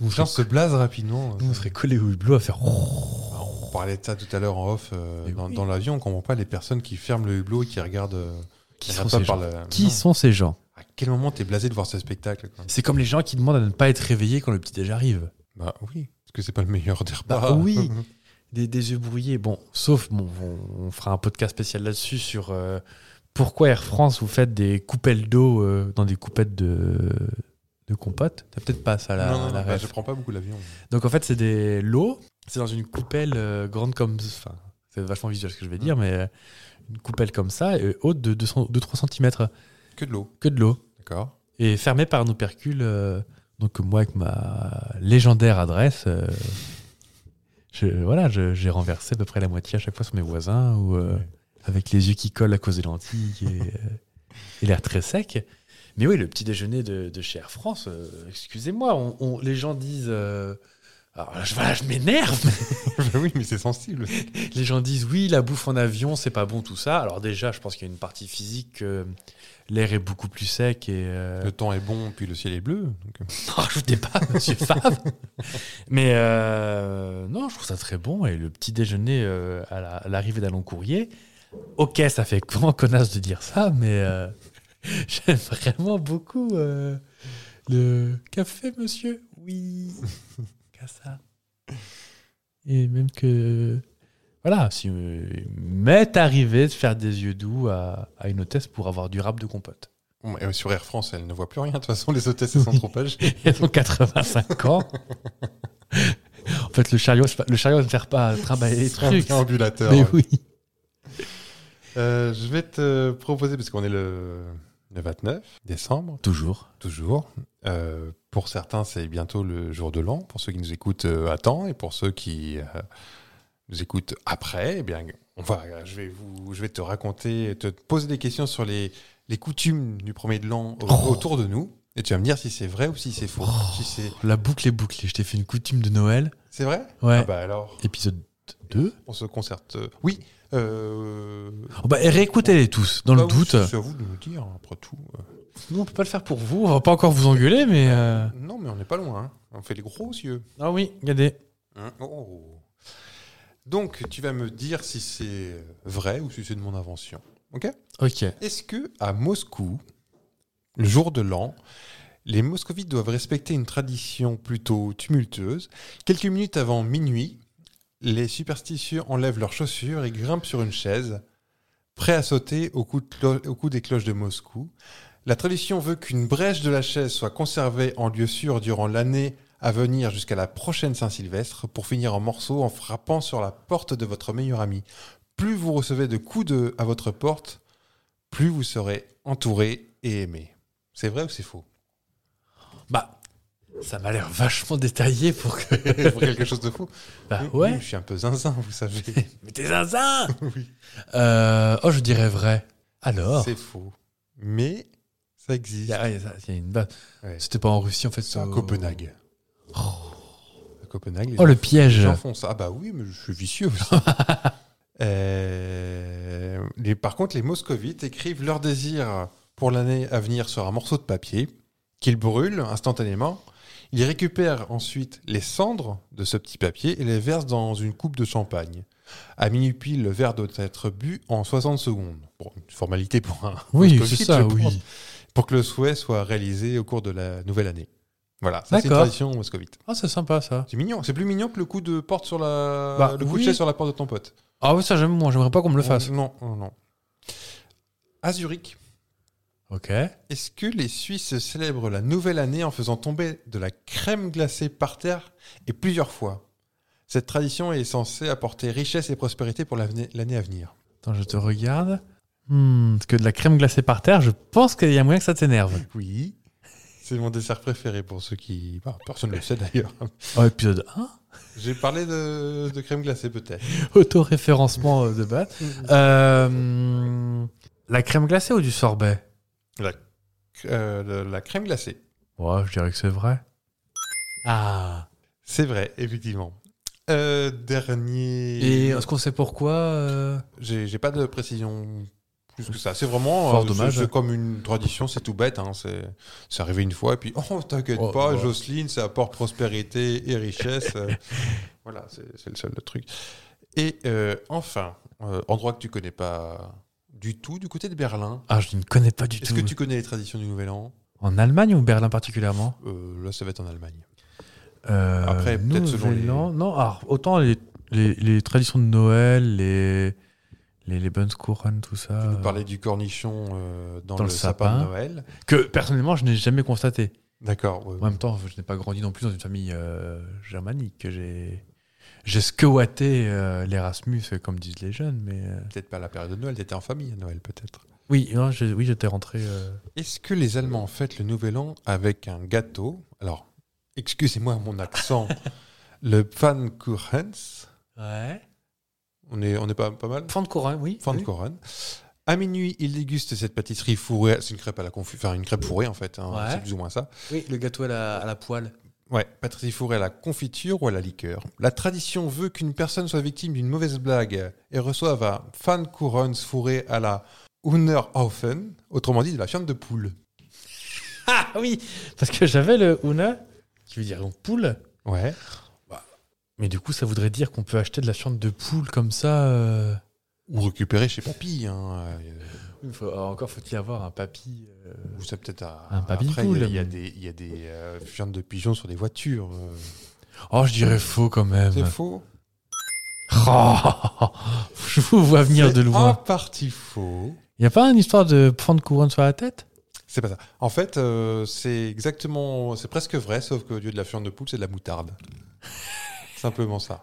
Speaker 3: Nous, on
Speaker 1: Les gens
Speaker 3: serait,
Speaker 1: se blasent rapidement. euh,
Speaker 3: nous, on serait collés au hublot à faire. oh,
Speaker 1: On parlait de ça tout à l'heure en off euh,
Speaker 3: Mais
Speaker 1: dans,
Speaker 3: oui.
Speaker 1: dans l'avion. On comprend pas les personnes qui ferment le hublot et qui regardent. euh,
Speaker 3: Qui
Speaker 1: regardent
Speaker 3: sont
Speaker 1: pas
Speaker 3: ces gens
Speaker 1: par la-
Speaker 3: Qui
Speaker 1: Non.
Speaker 3: sont ces gens
Speaker 1: À quel moment t'es blasé de voir ce spectacle quoi
Speaker 3: C'est comme les gens qui demandent à ne pas être réveillés quand le petit déj arrive.
Speaker 1: Bah oui. Parce que c'est pas le meilleur des repas.
Speaker 3: Bah oui. Des, des yeux brouillés, bon, sauf, bon, on, on fera un podcast spécial là-dessus sur euh, pourquoi Air France vous faites des coupelles d'eau euh, dans des coupettes de, de compote. T'as peut-être pas ça Ah là.
Speaker 1: non, non, non, bah, je prends pas beaucoup l'avion.
Speaker 3: Donc en fait, c'est des l'eau, c'est dans une coupelle euh, grande comme. Enfin, c'est vachement visuel ce que je vais dire, mais euh, une coupelle comme ça, euh, haute de 200 de 3 cm,
Speaker 1: Que de l'eau.
Speaker 3: que de l'eau.
Speaker 1: D'accord.
Speaker 3: et fermé par un opercule. euh, donc moi, avec ma légendaire adresse, euh, je, voilà, je- j'ai renversé à peu près la moitié à chaque fois sur mes voisins, ou euh, avec les yeux qui collent à cause des lentilles et, euh, et l'air très sec. Mais oui, le petit déjeuner de, de chez Air France, euh, excusez-moi, on, on- les gens disent... euh, alors là, je, voilà, je m'énerve.
Speaker 1: Bah oui, mais c'est sensible.
Speaker 3: Les gens disent oui, la bouffe en avion, c'est pas bon tout ça. Alors déjà, je pense qu'il y a une partie physique, euh, l'air est beaucoup plus sec et euh,
Speaker 1: Le temps est bon, puis le ciel est bleu. donc, euh,
Speaker 3: N'en rajoutez pas, monsieur Favre. Mais euh, non, je trouve ça très bon. Et le petit déjeuner euh, à la- à l'arrivée d'Alon Courrier, ok, ça fait grand connasse de dire ça, mais euh, j'aime vraiment beaucoup euh, le café, monsieur. Oui, qu'à ça. Et même que. Voilà, si, euh, il m'est arrivé de faire des yeux doux à, à une hôtesse pour avoir du rap de compote.
Speaker 1: bon, et sur Air France, elle ne voit plus rien. De toute façon, les hôtesses elles sont
Speaker 3: Oui.
Speaker 1: trop âgées.
Speaker 3: Ils ont 85 ans. en fait, le chariot, c'est pas- le chariot ne sert pas à travailler les
Speaker 1: Ils sont
Speaker 3: trucs.
Speaker 1: ambulateur.
Speaker 3: Mais oui.
Speaker 1: Euh, je vais te proposer, parce qu'on est le, le 29 décembre,
Speaker 3: Toujours.
Speaker 1: toujours. Euh, pour certains, c'est bientôt le jour de l'an. Pour ceux qui nous écoutent euh, à temps et pour ceux qui euh, nous écoutent après, eh bien, on va, je, vais vous, je vais te raconter, te poser des questions sur les, les coutumes du premier de l'an au-
Speaker 3: Oh.
Speaker 1: autour de nous. Et tu vas me dire si c'est vrai ou si c'est faux. Si c'est,
Speaker 3: La boucle est bouclée. Je t'ai fait une coutume de Noël.
Speaker 1: c'est vrai
Speaker 3: Ouais.
Speaker 1: Ah bah alors,
Speaker 3: Épisode 2.
Speaker 1: on se concerte. euh, Oui. euh,
Speaker 3: Oh bah, et réécoutez-les tous, dans
Speaker 1: bah
Speaker 3: le
Speaker 1: oui,
Speaker 3: doute.
Speaker 1: c'est- C'est à vous de nous dire, après tout. euh.
Speaker 3: Nous, on peut pas le faire pour vous. On va pas encore vous engueuler, mais. euh,
Speaker 1: Non, mais on n'est pas loin. hein. On fait les gros yeux.
Speaker 3: Ah oui, regardez.
Speaker 1: Hein. Oh. Donc, tu vas me dire si c'est vrai ou si c'est de mon invention. Ok
Speaker 3: Ok.
Speaker 1: Est-ce que à Moscou, le jour de l'an, les moscovites doivent respecter une tradition plutôt tumultueuse Quelques minutes avant minuit, les superstitieux enlèvent leurs chaussures et grimpent sur une chaise, prêts à sauter au coup, de clo- au coup des cloches de Moscou. La tradition veut qu'une brèche de la chaise soit conservée en lieu sûr durant l'année à venir jusqu'à la prochaine Saint-Sylvestre pour finir en morceaux en frappant sur la porte de votre meilleur ami. Plus vous recevez de coups de, à votre porte, plus vous serez entouré et aimé. C'est vrai ou c'est faux
Speaker 3: Bah, ça m'a l'air vachement détaillé pour que.
Speaker 1: Pour quelque chose de faux
Speaker 3: Bah,
Speaker 1: Oui,
Speaker 3: ouais.
Speaker 1: oui, Je suis un peu zinzin, vous savez.
Speaker 3: Mais t'es zinzin Euh, Oh, je dirais vrai. Alors
Speaker 1: C'est faux. Mais Ça
Speaker 3: Il
Speaker 1: existe.
Speaker 3: y a, il y a- il y a une base.
Speaker 1: Ouais.
Speaker 3: C'était pas en Russie, en fait. c'est
Speaker 1: C'est à
Speaker 3: au-
Speaker 1: Copenhague. À Copenhague, les
Speaker 3: Oh, le
Speaker 1: gens- les
Speaker 3: piège
Speaker 1: gens font ça. Ah bah oui, mais je suis vicieux aussi. Euh, les- par contre, les moscovites écrivent leur désir pour l'année à venir sur un morceau de papier qu'ils brûlent instantanément. Ils récupèrent ensuite les cendres de ce petit papier et les versent dans une coupe de champagne. À minuit pile, le verre doit être bu en 60 secondes. Bon, une formalité pour un
Speaker 3: Oui,
Speaker 1: moscovite,
Speaker 3: c'est ça,
Speaker 1: je pense,
Speaker 3: oui.
Speaker 1: Pour que le souhait soit réalisé au cours de la nouvelle année. Voilà, ça c'est une
Speaker 3: D'accord.
Speaker 1: tradition moscovite.
Speaker 3: Ah, c'est sympa, ça.
Speaker 1: C'est mignon, c'est plus mignon que le coup de porte sur la
Speaker 3: Bah,
Speaker 1: le coup de
Speaker 3: oui.
Speaker 1: chais sur la porte de ton pote. Oh
Speaker 3: Ah oui, ça, j'aime moins. J'aimerais pas qu'on me le fasse.
Speaker 1: Non, non, non. À Zurich,
Speaker 3: Ok.
Speaker 1: est-ce que les Suisses célèbrent la nouvelle année en faisant tomber de la crème glacée par terre et plusieurs fois Cette tradition est censée apporter richesse et prospérité pour l'aveni- l'année à venir.
Speaker 3: Attends, je te regarde. Hmm, parce que de la crème glacée par terre, je pense qu'il y a moyen que ça t'énerve.
Speaker 1: Oui. C'est mon dessert préféré pour ceux qui. bah, personne ne le sait d'ailleurs.
Speaker 3: Oh, épisode 1
Speaker 1: J'ai parlé de, de crème glacée peut-être.
Speaker 3: Autoréférencement euh, de base. Euh, la crème glacée ou du sorbet
Speaker 1: Euh, le- la crème glacée.
Speaker 3: Ouais, je dirais que c'est vrai. Ah
Speaker 1: C'est vrai, effectivement. Euh, dernier.
Speaker 3: Et est-ce qu'on sait pourquoi euh
Speaker 1: J'ai j'ai pas de précision plus que ça. C'est vraiment.
Speaker 3: Fort
Speaker 1: euh,
Speaker 3: dommage.
Speaker 1: c'est- C'est comme une tradition, c'est tout bête. Hein. C'est c'est arrivé une fois, et puis, oh, t'inquiète
Speaker 3: Oh,
Speaker 1: pas,
Speaker 3: oh.
Speaker 1: Jocelyne, ça apporte prospérité et richesse. Euh, voilà, c'est c'est le seul truc. Et euh, enfin, euh, endroit que tu connais pas du tout, du côté de Berlin.
Speaker 3: Ah, je ne connais pas du
Speaker 1: Est-ce
Speaker 3: tout.
Speaker 1: que tu connais les traditions du Nouvel An
Speaker 3: En Allemagne ou Berlin particulièrement
Speaker 1: Euh, Là, ça va être en Allemagne.
Speaker 3: Euh,
Speaker 1: Après, peut-être selon
Speaker 3: Nouvel
Speaker 1: les-
Speaker 3: An- Non, alors, autant les, les- les traditions de Noël, les, les, les bonnes couronnes, tout ça.
Speaker 1: Tu nous
Speaker 3: euh,
Speaker 1: parlais du cornichon euh, dans,
Speaker 3: Dans
Speaker 1: le,
Speaker 3: le
Speaker 1: sapin. de
Speaker 3: sapin.
Speaker 1: Noël.
Speaker 3: Que personnellement, je n'ai jamais constaté.
Speaker 1: D'accord. ouais.
Speaker 3: En même temps, je n'ai pas grandi non plus dans une famille euh, germanique. que J'ai j'ai squatté euh, l'Erasmus, comme disent les jeunes, mais euh,
Speaker 1: Peut-être pas à la période de Noël, t'étais en famille à Noël, peut-être.
Speaker 3: oui, non, j'ai- oui, j'étais rentré. euh,
Speaker 1: Est-ce que les Allemands fêtent le Nouvel An avec un gâteau Alors, excusez-moi mon accent, le Pfannkuchens,
Speaker 3: Ouais.
Speaker 1: on est, on est pas, pas mal
Speaker 3: Fin de courant, oui.
Speaker 1: Pfannkuchen. À minuit, ils dégustent cette pâtisserie fourrée, c'est une crêpe à la confu- enfin une crêpe fourrée en fait, hein,
Speaker 3: Ouais.
Speaker 1: c'est plus ou moins ça.
Speaker 3: Oui, le gâteau à la, à la poêle.
Speaker 1: Ouais, pâtisserie fourrée à la confiture ou à la liqueur. La tradition veut qu'une personne soit victime d'une mauvaise blague et reçoive un Pfannkuchens fourré à la Unerhaufen, autrement dit de la viande de poule.
Speaker 3: Ah oui, parce que j'avais le Una, qui veut dire donc poule.
Speaker 1: Ouais.
Speaker 3: Mais du coup, ça voudrait dire qu'on peut acheter de la viande de poule comme ça. euh.
Speaker 1: Ou récupéré chez papy. Hein. euh,
Speaker 3: Il faut- encore faut-il avoir un papy. euh,
Speaker 1: Ou ça peut-être à-
Speaker 3: Un papy
Speaker 1: après, il y a-
Speaker 3: poule.
Speaker 1: il y a des, il y a des euh, viandes de pigeons sur des voitures. euh.
Speaker 3: Oh, je dirais faux quand même.
Speaker 1: C'est faux.
Speaker 3: Oh, je vous vois venir
Speaker 1: C'est
Speaker 3: de
Speaker 1: En
Speaker 3: loin.
Speaker 1: partie faux.
Speaker 3: Il n'y a pas une histoire de prendre couronne sur la tête
Speaker 1: C'est pas ça. En fait, euh, c'est exactement, c'est presque vrai, sauf qu'au lieu de la fiande de poule, c'est de la moutarde. Simplement ça.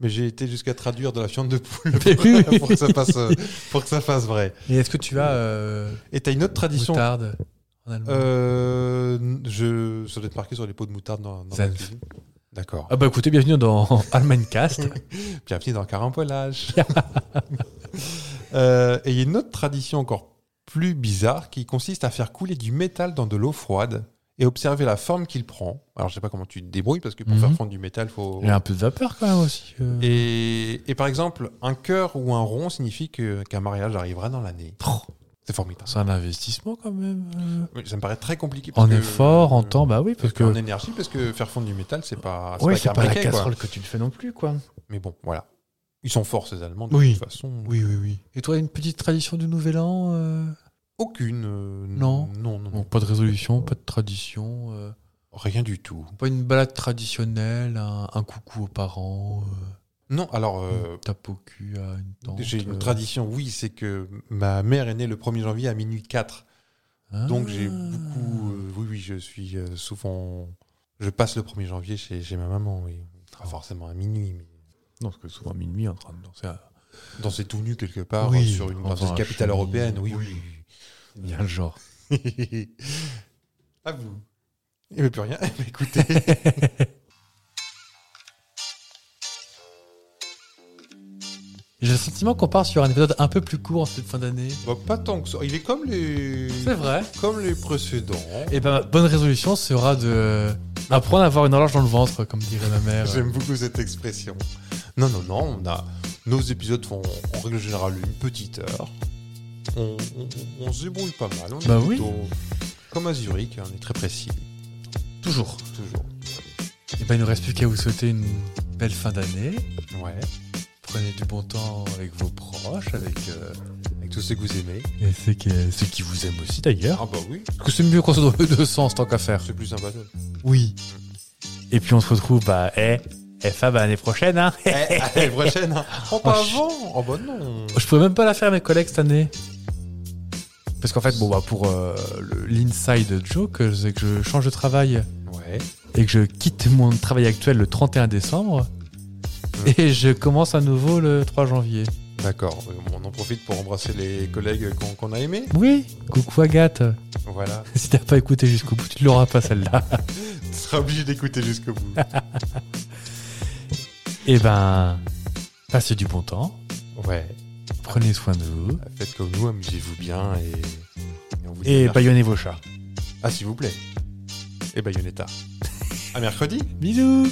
Speaker 1: Mais j'ai été jusqu'à traduire de la fiande de poule
Speaker 3: Mais oui, oui.
Speaker 1: pour, que ça fasse, euh, pour que ça fasse vrai.
Speaker 3: Et est-ce que tu as euh,
Speaker 1: Et t'as une autre tradition.
Speaker 3: moutarde en allemand
Speaker 1: Euh, je, ça doit être marqué sur les pots de moutarde dans, dans la
Speaker 3: Senf.
Speaker 1: cuisine. D'accord.
Speaker 3: Ah bah écoutez, bienvenue dans Allemagne Cast.
Speaker 1: Bienvenue dans Carambolage. Euh, et il y a une autre tradition encore plus bizarre qui consiste à faire couler du métal dans de l'eau froide et observer la forme qu'il prend. Alors je sais pas comment tu te débrouilles parce que pour
Speaker 3: Mhm.
Speaker 1: faire fondre du métal, faut.
Speaker 3: Il y a un peu de vapeur quand même aussi. euh.
Speaker 1: Et, et par exemple, un cœur ou un rond signifie que- qu'un mariage arrivera dans l'année.
Speaker 3: Oh,
Speaker 1: C'est formidable.
Speaker 3: C'est un investissement quand même. euh.
Speaker 1: Oui, Ça me paraît très compliqué. parce
Speaker 3: En
Speaker 1: que-
Speaker 3: effort, en temps, bah oui, parce
Speaker 1: En
Speaker 3: que...
Speaker 1: énergie, parce que faire fondre du métal, c'est pas.
Speaker 3: Oui, c'est
Speaker 1: qu'un
Speaker 3: pas la
Speaker 1: briquet, quoi.
Speaker 3: casserole que tu le fais non plus, quoi.
Speaker 1: Mais bon, voilà. Ils sont forts, ces Allemands, de
Speaker 3: Oui.
Speaker 1: toute façon.
Speaker 3: Oui, oui, oui. Et toi, une petite tradition du Nouvel An euh
Speaker 1: Aucune. euh,
Speaker 3: Non.
Speaker 1: Non, non, non.
Speaker 3: Donc, pas de résolution, pas de tradition, euh,
Speaker 1: Rien du tout.
Speaker 3: pas une balade traditionnelle, un, un coucou aux parents, euh,
Speaker 1: Non, alors, euh,
Speaker 3: une tape au cul à une tante.
Speaker 1: j'ai une
Speaker 3: euh,
Speaker 1: tradition, oui, c'est que ma mère est née le 1er janvier à minuit 4.
Speaker 3: hein.
Speaker 1: Donc j'ai beaucoup. euh, oui, oui, je suis euh, souvent. Je passe le 1er janvier chez, chez ma maman, oui.
Speaker 3: Ah.
Speaker 1: Pas forcément à minuit, mais
Speaker 3: Non, parce que souvent minuit, en train de danser à...
Speaker 1: danser tout nu quelque part,
Speaker 3: Oui,
Speaker 1: euh, sur une, dans
Speaker 3: enfin,
Speaker 1: une capitale
Speaker 3: chemise,
Speaker 1: européenne, oui.
Speaker 3: oui. Il y a le genre.
Speaker 1: oui. à vous. Il n'y a plus rien. Bah, Écoutez.
Speaker 3: J'ai le sentiment qu'on part sur un épisode un peu plus court en cette fin d'année.
Speaker 1: Bah, pas tant que ça. Il est comme les,
Speaker 3: C'est vrai.
Speaker 1: comme les précédents.
Speaker 3: Et ben, ma bonne résolution sera de apprendre à avoir une horloge dans le ventre, comme dirait ma mère.
Speaker 1: J'aime beaucoup cette expression. Non, non, non, on a... nos épisodes font en règle générale une petite heure. On, on- on- on se débrouille pas mal. On est
Speaker 3: Bah oui.
Speaker 1: plutôt comme à Zurich, hein, on est très précis.
Speaker 3: Toujours.
Speaker 1: Toujours.
Speaker 3: Et ben, il nous reste plus qu'à vous souhaiter une belle fin d'année.
Speaker 1: Ouais.
Speaker 3: Prenez du bon temps avec vos proches, avec euh,
Speaker 1: Avec tous ceux que vous aimez.
Speaker 3: et ceux, qui, ceux qui vous aiment aussi d'ailleurs.
Speaker 1: Ah bah oui,
Speaker 3: Parce que c'est mieux qu'on soit dans le deux sens tant qu'à faire.
Speaker 1: c'est plus sympa.
Speaker 3: Oui. Et puis on se retrouve, bah, eh, FA, bah, l'année prochaine, hein.
Speaker 1: À la prochaine. hein. Oh, pas
Speaker 3: Oh, ch-
Speaker 1: avant. Oh bah non.
Speaker 3: Je pouvais même pas la faire à mes collègues cette année. Parce qu'en fait, bon, bah, pour euh, le- l'inside joke, euh, c'est que je change de travail
Speaker 1: Ouais.
Speaker 3: et que je quitte mon travail actuel le 31 décembre. Et je commence à nouveau le 3 janvier.
Speaker 1: D'accord. Euh, On en profite pour embrasser les collègues qu'on qu'on a aimés.
Speaker 3: Oui, coucou Agathe.
Speaker 1: Voilà.
Speaker 3: Si t'as pas écouté jusqu'au bout, tu l'auras pas celle-là.
Speaker 1: Tu seras obligé d'écouter jusqu'au bout.
Speaker 3: Et ben, passez du bon temps,
Speaker 1: ouais.
Speaker 3: prenez soin de vous
Speaker 1: Faites comme nous, amusez-vous bien et. et on vous dit
Speaker 3: et
Speaker 1: merci.
Speaker 3: baillonnez vos chats.
Speaker 1: Ah, s'il vous plaît. Et Bayonetta. à mercredi.
Speaker 3: Bisous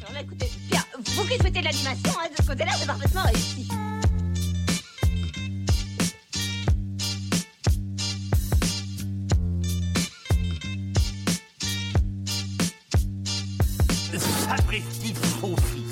Speaker 7: Alors là, écoutez, Pierre, vous qui souhaitez de l'animation, hein, de ce côté-là, c'est parfaitement réussi.
Speaker 2: Sapristi, faux fils.